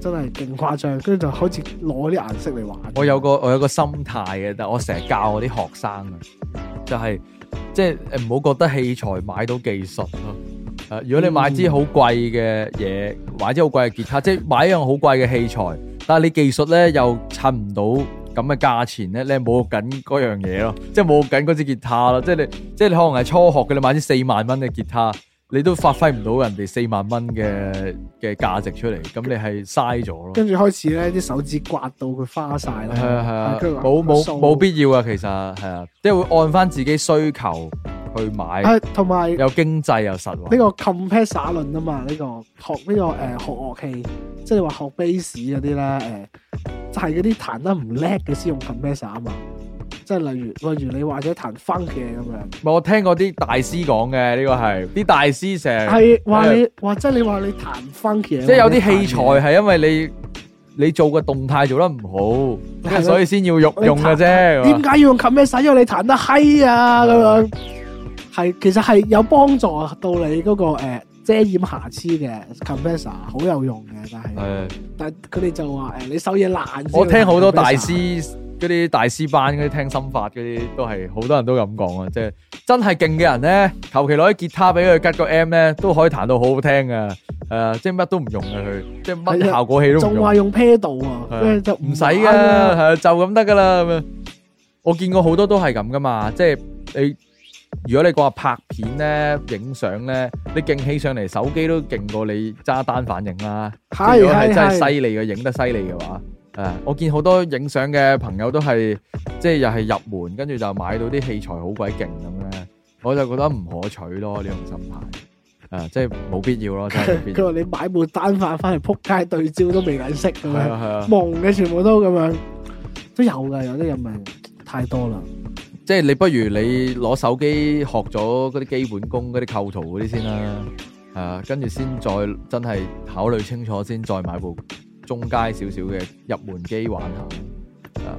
S1: 真係勁誇張，跟住就開始攞啲顏色嚟玩。
S2: 我有個我有個心態嘅，但我成日教我啲學生啊，就係即係唔好覺得器材買到技術咯。誒、如果你買支好貴嘅嘢，買支好貴嘅吉他，即係買一樣好貴嘅器材，但係你技術咧又襯唔到咁嘅價錢咧，你係冇緊嗰樣嘢咯，即係冇緊嗰支吉他咯，即係你即係你可能係初學嘅，你買支四萬蚊嘅吉他。你都發揮唔到人哋四萬蚊嘅嘅價值出嚟，咁你係嘥咗咯。
S1: 跟住開始咧，啲手指刮到佢花晒啦，
S2: 係啊係啊，
S1: 跟住話
S2: 冇冇
S1: 掃
S2: 冇必要啊，其實係啊，即係會按翻自己需求去買，
S1: 係啊同埋呢
S2: 又經濟又實惠。
S1: 個 compressor 論啊嘛，呢、個學呢、個誒、呃、學樂器，即係你話學 bass 嗰啲咧誒，就係嗰啲彈得唔叻嘅先用 compressor 啊嘛，即係例如例如你或者彈 funk 嘅咁樣，
S2: 唔係我聽過啲大師講嘅，呢個係啲大師成日
S1: 係話你話即係你話你彈 funk 嘅，
S2: 即係有啲器材係因為你你做個動態做得唔好，
S1: 係
S2: 跟
S1: 咯
S2: 住所以先要用
S1: 你彈
S2: 用嘅啫。係
S1: 點
S2: 嘛
S1: 解要用 compressor？因為你彈得閪啊咁樣，係其實係有幫助到你嗰、個、呃、遮掩瑕疵嘅 compressor 好有用嘅，但係
S2: 係啊
S1: 但係佢哋就話誒呃你手嘢爛先
S2: 我聽好多大
S1: compressor
S2: 師嗰啲大師班嗰啲聽心法嗰啲，都係好多人都咁講啊！即係真係勁嘅人咧，求其攞啲吉他俾佢吉個 M 咧，都可以彈到好好聽噶。誒、即係乜都唔用嘅佢，即係乜
S1: 係啊
S2: 效果器都唔
S1: 仲
S2: 用
S1: 話，用 pedal 啊，
S2: 係啊
S1: 跟住就
S2: 唔使噶，
S1: 玩啦
S2: 係啊就咁得噶啦咁樣。我見過好多都係咁噶嘛，即係你如果你講話拍片咧、影相咧，你勁起上嚟，手機都勁過你揸單反影啦。
S1: 係
S2: 如果係
S1: 係
S2: 真係
S1: 係
S2: 犀利嘅，影得犀利嘅話，誒，我見好多影相嘅朋友都係即係又係入門，跟住就買到啲器材好鬼勁咁咧，我就覺得唔可取咯呢種心態，誒，即係冇必要咯，真係冇 必
S1: 佢
S2: 要。
S1: 話你買部單反翻嚟撲街對焦都未撚識咁
S2: 係
S1: 樣，
S2: 啊係啊，
S1: 蒙嘅全部都咁樣，都有㗎，有啲咁嘅太多啦。
S2: 即係你不如你攞手機學咗嗰啲基本功、嗰啲構圖嗰啲先啦，係啊，跟住先再真係考慮清楚先，再買部中階少少嘅入門機玩下，啊，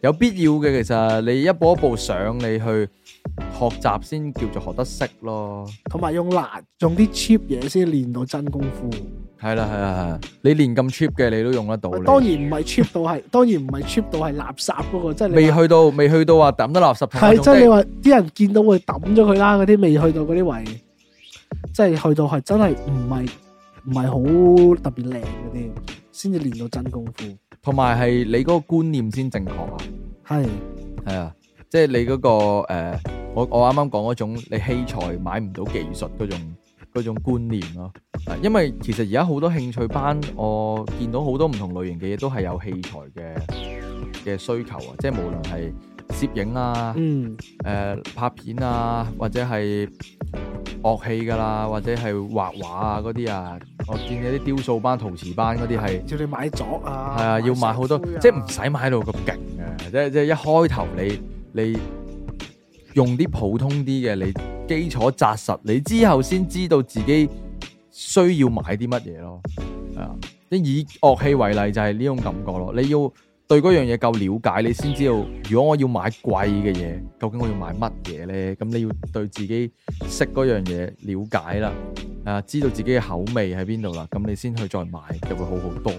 S2: 有必要嘅其實你一步一步上，你去學習先叫做學得識咯。
S1: 同埋用難用啲 cheap 嘢先練到真功夫。
S2: 係啦係啦係啦，你練咁 cheap 嘅你都用得到
S1: 喂
S2: 你。
S1: 啊當然唔係 cheap 到係，當然唔係 cheap 到係垃圾嗰個，即係
S2: 未
S1: 你話
S2: 去到未去到話抌得垃圾桶嗰
S1: 係
S2: 種
S1: 即係
S2: 即
S1: 你
S2: 係
S1: 話啲人見到會抌咗佢啦，嗰啲未去到嗰啲位，即係去到係真係唔係唔係好特別靚嗰啲，先至練到真功夫。
S2: 同埋係你嗰個觀念先正確啊。
S1: 係
S2: 係啊，即係你嗰、個呃我我啱啱講嗰種你器材買唔到技術嗰種嗰種觀念咯。啊因為其實而家好多興趣班，我見到好多唔同類型嘅嘢都係有器材嘅嘅需求啊，即係無論係攝影啊、誒、
S1: 嗯
S2: 拍片啊，或者係樂器㗎啦，或者係畫畫啊嗰啲啊，我見有啲雕塑班、陶瓷班嗰啲係。
S1: 叫你買鑿啊，
S2: 係啊，要買好多，
S1: 石灰啊
S2: 即係唔使買到咁勁嘅，即係即係一開頭你你用啲普通啲嘅，你基礎扎實，你之後先知道自己需要買啲乜嘢咯。係啊，即係以樂器為例就係呢種感覺咯。你要對嗰樣嘢夠了解，你先知道如果我要買貴嘅嘢，究竟我要買乜嘢咧？咁你要對自己識嗰樣嘢了解啦，啊，知道自己嘅口味喺邊度啦，咁你先去再買，就會好好多。誒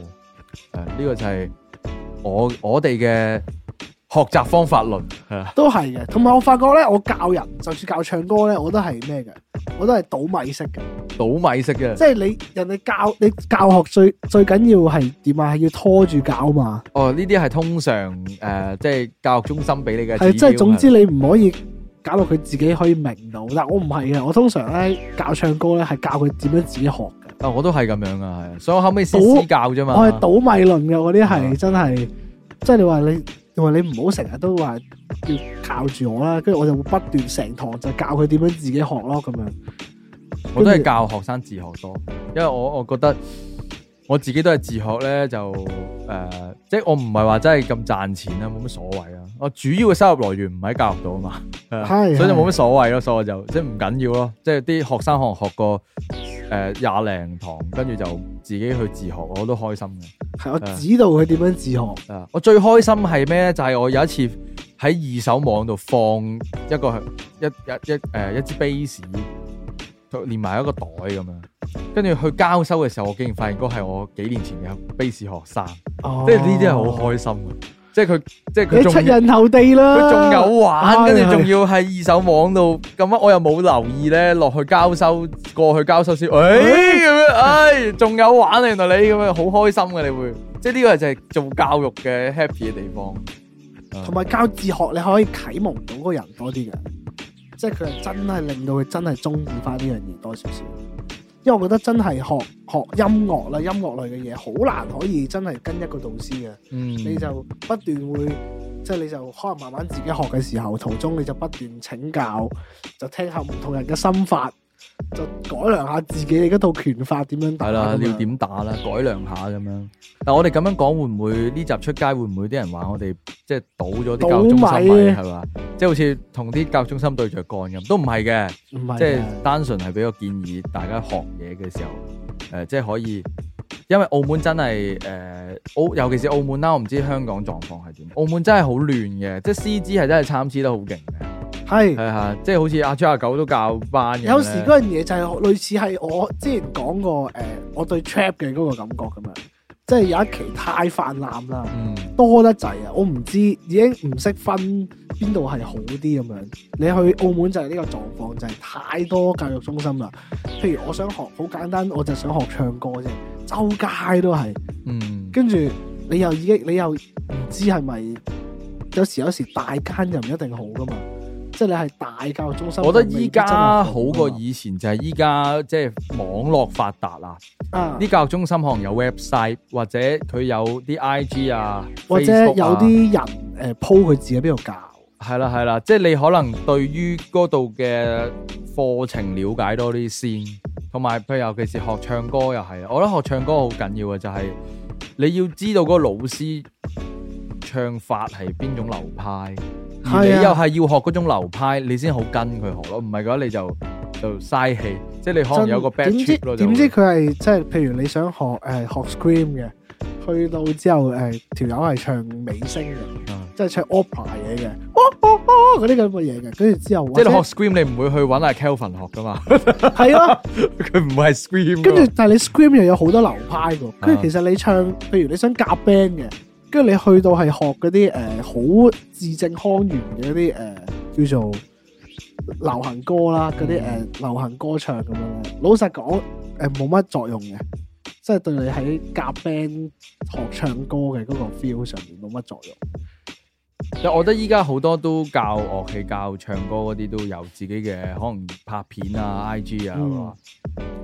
S2: 呃呢個就係我我哋嘅學習方法論，係啊
S1: 都係嘅。同埋我發覺咧，我教人就算教唱歌咧，我都係咩嘅，我都係倒米式嘅。
S2: 倒米式嘅。
S1: 即係你人哋教你教學最最緊要係點啊？係要拖住教嘛，
S2: 哦，呢啲係通常誒、呃即係教育中心俾你嘅
S1: 係
S2: 指
S1: 即係
S2: 標啊
S1: 總之
S2: 係
S1: 你唔可以搞到佢自己可以明到。但我唔係啊嘅，我通常咧教唱歌咧係教佢點樣自己學嘅。
S2: 啊，我都係咁樣啊，係，所以我後尾先
S1: 倒
S2: 私教啫嘛。
S1: 我係倒米論嘅，我啲
S2: 啊
S1: 係真係，即係你話你。你話你唔好成日都話要靠住我啦，跟住我就會不斷成堂就教佢點樣自己學咯咁樣。
S2: 我都係教學生自學多，因為我我覺得我自己都係自學咧，就誒、呃即係我唔係話真係咁賺錢啦，冇乜所謂啊。我主要嘅收入來源唔喺教育度啊嘛， 係啊
S1: 係
S2: 所以就
S1: 係
S2: 冇乜所謂咯，所以我就即係唔緊要咯，即係啲學生可能學過誒廿零堂，跟住就自己去自學，我都開心嘅。
S1: 係我指導佢點樣自學，
S2: 啊！我最開心係咩咧？就係、我有一次喺二手網度放一個一一一誒、一支 base，連埋一個袋咁樣。跟住去交收嘅時候，我竟然發現嗰係我幾年前嘅 base 學生，即係呢啲係好開心嘅。即係佢，即係佢
S1: 哦你
S2: 仲
S1: 出人頭地啦，
S2: 佢仲有玩，
S1: 係
S2: 跟住
S1: 係
S2: 仲要喺二手網度咁乜，我又冇留意咧，落去交收過去交收先，誒咁樣，唉，仲有玩啊！原來你咁樣好開心嘅，你會即係呢個就係做教育嘅 happy 嘅地方，
S1: 同埋教自學，你可以啟蒙到嗰個人多啲嘅，即係佢係真係令到佢真係中意翻呢樣嘢多少少。因為我覺得真係學學音樂啦，音樂類嘅嘢好難可以真係跟一個導師嘅，
S2: 嗯，
S1: 你就不斷會即係你就可能慢慢自己學嘅時候，途中你就不斷請教，就聽下唔同人嘅心法，就改良下自己你嗰套拳法點樣打
S2: 係啦，
S1: 咁
S2: 你
S1: 樣
S2: 要點打啦，改良下咁樣。但我哋咁樣講會唔會呢集出街會唔會啲人話我哋即係倒咗啲教育中心
S1: 倒
S2: 米
S1: 米
S2: 係嘛？即係好似同啲教育中心對着幹咁，都唔係嘅。
S1: 唔係啊
S2: 即
S1: 嘅
S2: 係單純係俾個建議，大家學嘢嘅時候，誒、即係可以，因為澳門真係誒澳，尤其是澳門啦，我唔知香港狀況係點。澳門真係好亂嘅，即係師資係真係參差得好勁嘅，
S1: 係
S2: 係啊，即係好似阿豬阿狗都教班嘅。
S1: 有時嗰樣嘢就係類似係我之前講過誒、呃我對 trap 嘅嗰個感覺咁樣，即係有一期太泛濫啦，
S2: 嗯
S1: 多得滯啊！我唔知已經唔識分邊度係好啲咁樣。你去澳門就係呢個狀況，就係、太多教育中心啦。譬如我想學好簡單，我就想學唱歌啫，周街都係。
S2: 嗯
S1: 跟住你又已經你又唔知係咪有時有時大間又唔一定好噶嘛，即係你係大教育中心，
S2: 我覺得依家好過
S1: 以
S2: 以前，就係依家即係網絡發達啊！
S1: 啊，
S2: 啲教育中心可能有 website 或者佢有啲 IG 啊，
S1: 或者
S2: Facebook 啊
S1: 有啲人誒鋪佢自己邊度教，
S2: 係啦係啦，即係你可能對於嗰度嘅課程了解多啲先，同埋譬如尤其是學唱歌又係，我覺得學唱歌好緊要嘅就係、你要知道嗰個老師唱法係邊種流派，而你
S1: 係啊
S2: 又係要學嗰種流派，你先好跟佢學咯，唔係嘅話你就就嘥氣，即係你可能有個
S1: 真
S2: bad
S1: 點知
S2: trip 咯，就
S1: 點知佢係即係譬如你想學誒學 scream 嘅，去到之後誒條友係唱美聲嘅，
S2: 會啊
S1: 即係唱 opera 嘢嘅，哦哦哦嗰啲咁嘅嘢嘅，跟住之後
S2: 即係你學
S1: 或者
S2: scream 你唔會去揾阿 Kelvin 學 噶嘛，
S1: 係咯。
S2: 佢唔係 scream 㗎
S1: 跟
S2: 嘛。
S1: 住但係你 scream 又有好多流派
S2: 啊
S1: 喎，跟住其實你唱，譬如你想夾 band 嘅，跟住你去到係學嗰啲誒好字正腔圓嘅嗰啲誒呃叫做流行歌啦，嗰啲呃
S2: 嗯
S1: 誒流行歌唱咁樣咧，老實講誒冇乜作用嘅，即係對你喺夾 band 學唱歌嘅嗰個 feel 上面冇乜作用。
S2: 但我覺得依家好多都教樂器、教唱歌嗰啲都有自己嘅，可能拍片啊、IG 啊，
S1: 嗯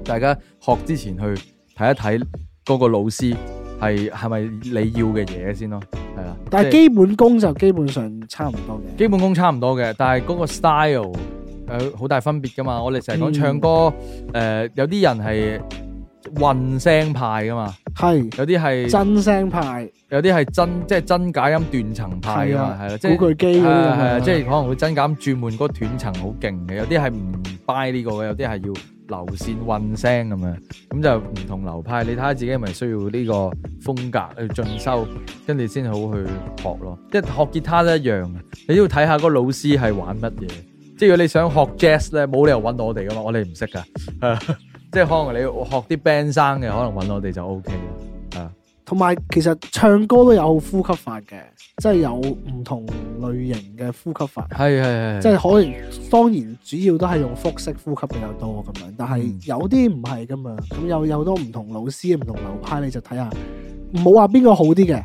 S2: 大家學之前去睇一睇嗰個老師係係咪你要嘅嘢先咯，係啦。
S1: 但係
S2: 即係
S1: 基本功就基本上差唔多嘅，
S2: 基本功差唔多嘅，但係嗰個 style 誒好大分別噶嘛。我哋成日講
S1: 嗯
S2: 唱歌誒、呃有啲人係混聲派噶嘛，
S1: 係
S2: 有啲係
S1: 真聲派、
S2: 有啲係真即係真假音斷層派噶
S1: 係
S2: 嘛
S1: 啊，
S2: 係啦，即係。
S1: 古巨基嗰啲
S2: 係
S1: 咁
S2: 啊係啊，
S1: 樣，
S2: 即係可能會真減轉換嗰個斷層好勁嘅，有啲係唔 buy 呢個嘅，有啲係要流線混聲咁樣，咁就唔同流派。你睇下自己係咪需要呢個風格去進修，跟住先好去學咯。即係學吉他都一樣嘅，你都要睇下個老師係玩乜嘢。即係如果你想學 jazz 咧，冇理由揾我哋噶嘛，我哋唔 識噶。係啊即係可能你學啲 band 生嘅，可能揾我哋就 OK 啦。
S1: 同埋其實唱歌都有呼吸法嘅，即係有唔同類型嘅呼吸法，
S2: 係係係，
S1: 即係可能當然主要都係用腹式呼吸比較多咁樣，但係
S2: 嗯
S1: 有啲唔係噶嘛，咁有有好多唔同老師唔同流派，你就睇下，唔好話邊個好啲嘅，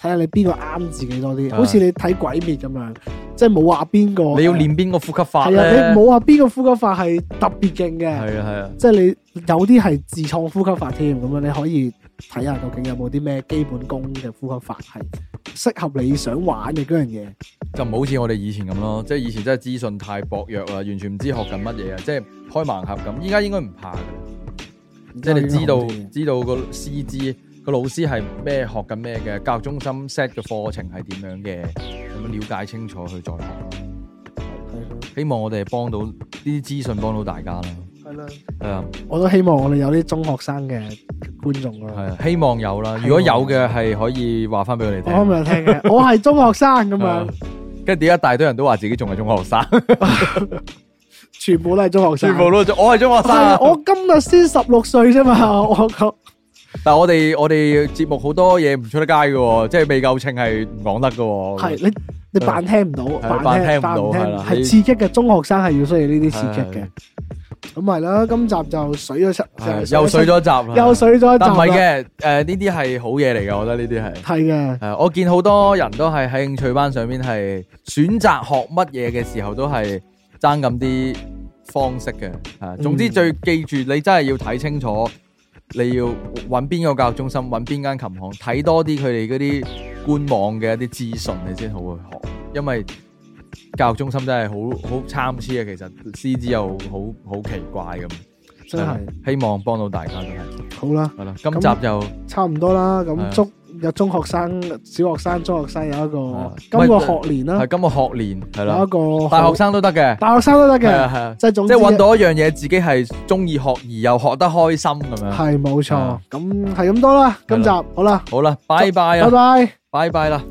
S1: 睇下你邊個啱自己多啲，
S2: 啊
S1: 好似你睇鬼滅咁樣，即係冇話邊個
S2: 你要練邊個呼吸法
S1: 係
S2: 咧？
S1: 啊，你冇話邊個呼吸法係特別勁嘅。
S2: 係啊係啊。
S1: 即係你有啲係自創呼吸法添，咁樣你可以睇下究竟有冇啲咩基本功嘅呼吸法係適合你想玩嘅嗰樣嘢。
S2: 就唔好似我哋以前咁咯，即係以前真係資訊太薄弱啦，完全唔知學緊乜嘢啊，即係開盲盒咁。依家應該唔怕噶，即係你
S1: 啊
S2: 知道知道個師資個老師係咩學緊咩嘅，教育中心 set 嘅課程係點樣嘅，咁樣了解清楚去再學。
S1: 係
S2: 希望我哋幫到呢啲資訊幫到大家啦，
S1: 啦，
S2: 係啊
S1: 我都希望我哋有啲中學生嘅觀眾
S2: 係
S1: 咯。
S2: 啊，希望有啦。如果有嘅係可以話翻俾我哋
S1: 我可唔
S2: 聽。
S1: 可以聽嘅？我係中學生咁
S2: 啊
S1: 樣，
S2: 跟住點解大堆人都話自己仲係中學生，
S1: 全部都係中學生。
S2: 全部都我係中學生
S1: 係啊
S2: 啊。
S1: 我今日先十六歲啫嘛，我覺
S2: 但係我哋我哋節目好多嘢唔出得街嘅喎，即係未夠稱係唔講得嘅喎。
S1: 係你你扮聽唔到，
S2: 係扮聽唔到係啦你
S1: 係刺激嘅。中學生係要需要呢啲刺激嘅
S2: 係。
S1: 咁咪啦，今集就水咗
S2: 係
S1: 七，
S2: 又水咗一集啦，
S1: 又水咗一集
S2: 但
S1: 啦
S2: 唔係嘅，誒呢啲係好嘢嚟嘅，我覺得呢啲係。
S1: 係嘅，
S2: 誒，我見好多人都係喺興趣班上面係選擇學乜嘢嘅時候，都係爭咁啲方式嘅。啊係，總之
S1: 嗯
S2: 最記住，你真係要睇清楚，你要揾邊個教育中心，揾邊間琴行，睇多啲佢哋嗰啲官網嘅一啲資訊，你先好去學。因為教育中心真係好好參差嘅，其實師資又好好奇怪咁。
S1: 真係
S2: 係希望幫到大家都係。
S1: 好啦，
S2: 係啦，今集就
S1: 差唔多啦。
S2: 係
S1: 咁祝有中學生、小學生、中學生有一
S2: 啊
S1: 個今個學年啦
S2: 係，今個學年係
S1: 有一
S2: 啦，
S1: 啊個
S2: 大
S1: 好
S2: 學生都得嘅。
S1: 大學生都得
S2: 係啊
S1: 嘅，
S2: 係啊，
S1: 即係總
S2: 即
S1: 之
S2: 係揾到一樣嘢自己係中意學而又學得開心咁樣。
S1: 係冇錯
S2: 啊。
S1: 咁係咁多啦，今集好啦，
S2: 好啦，拜拜
S1: 拜
S2: 啊，
S1: 拜。
S2: 拜拜啦。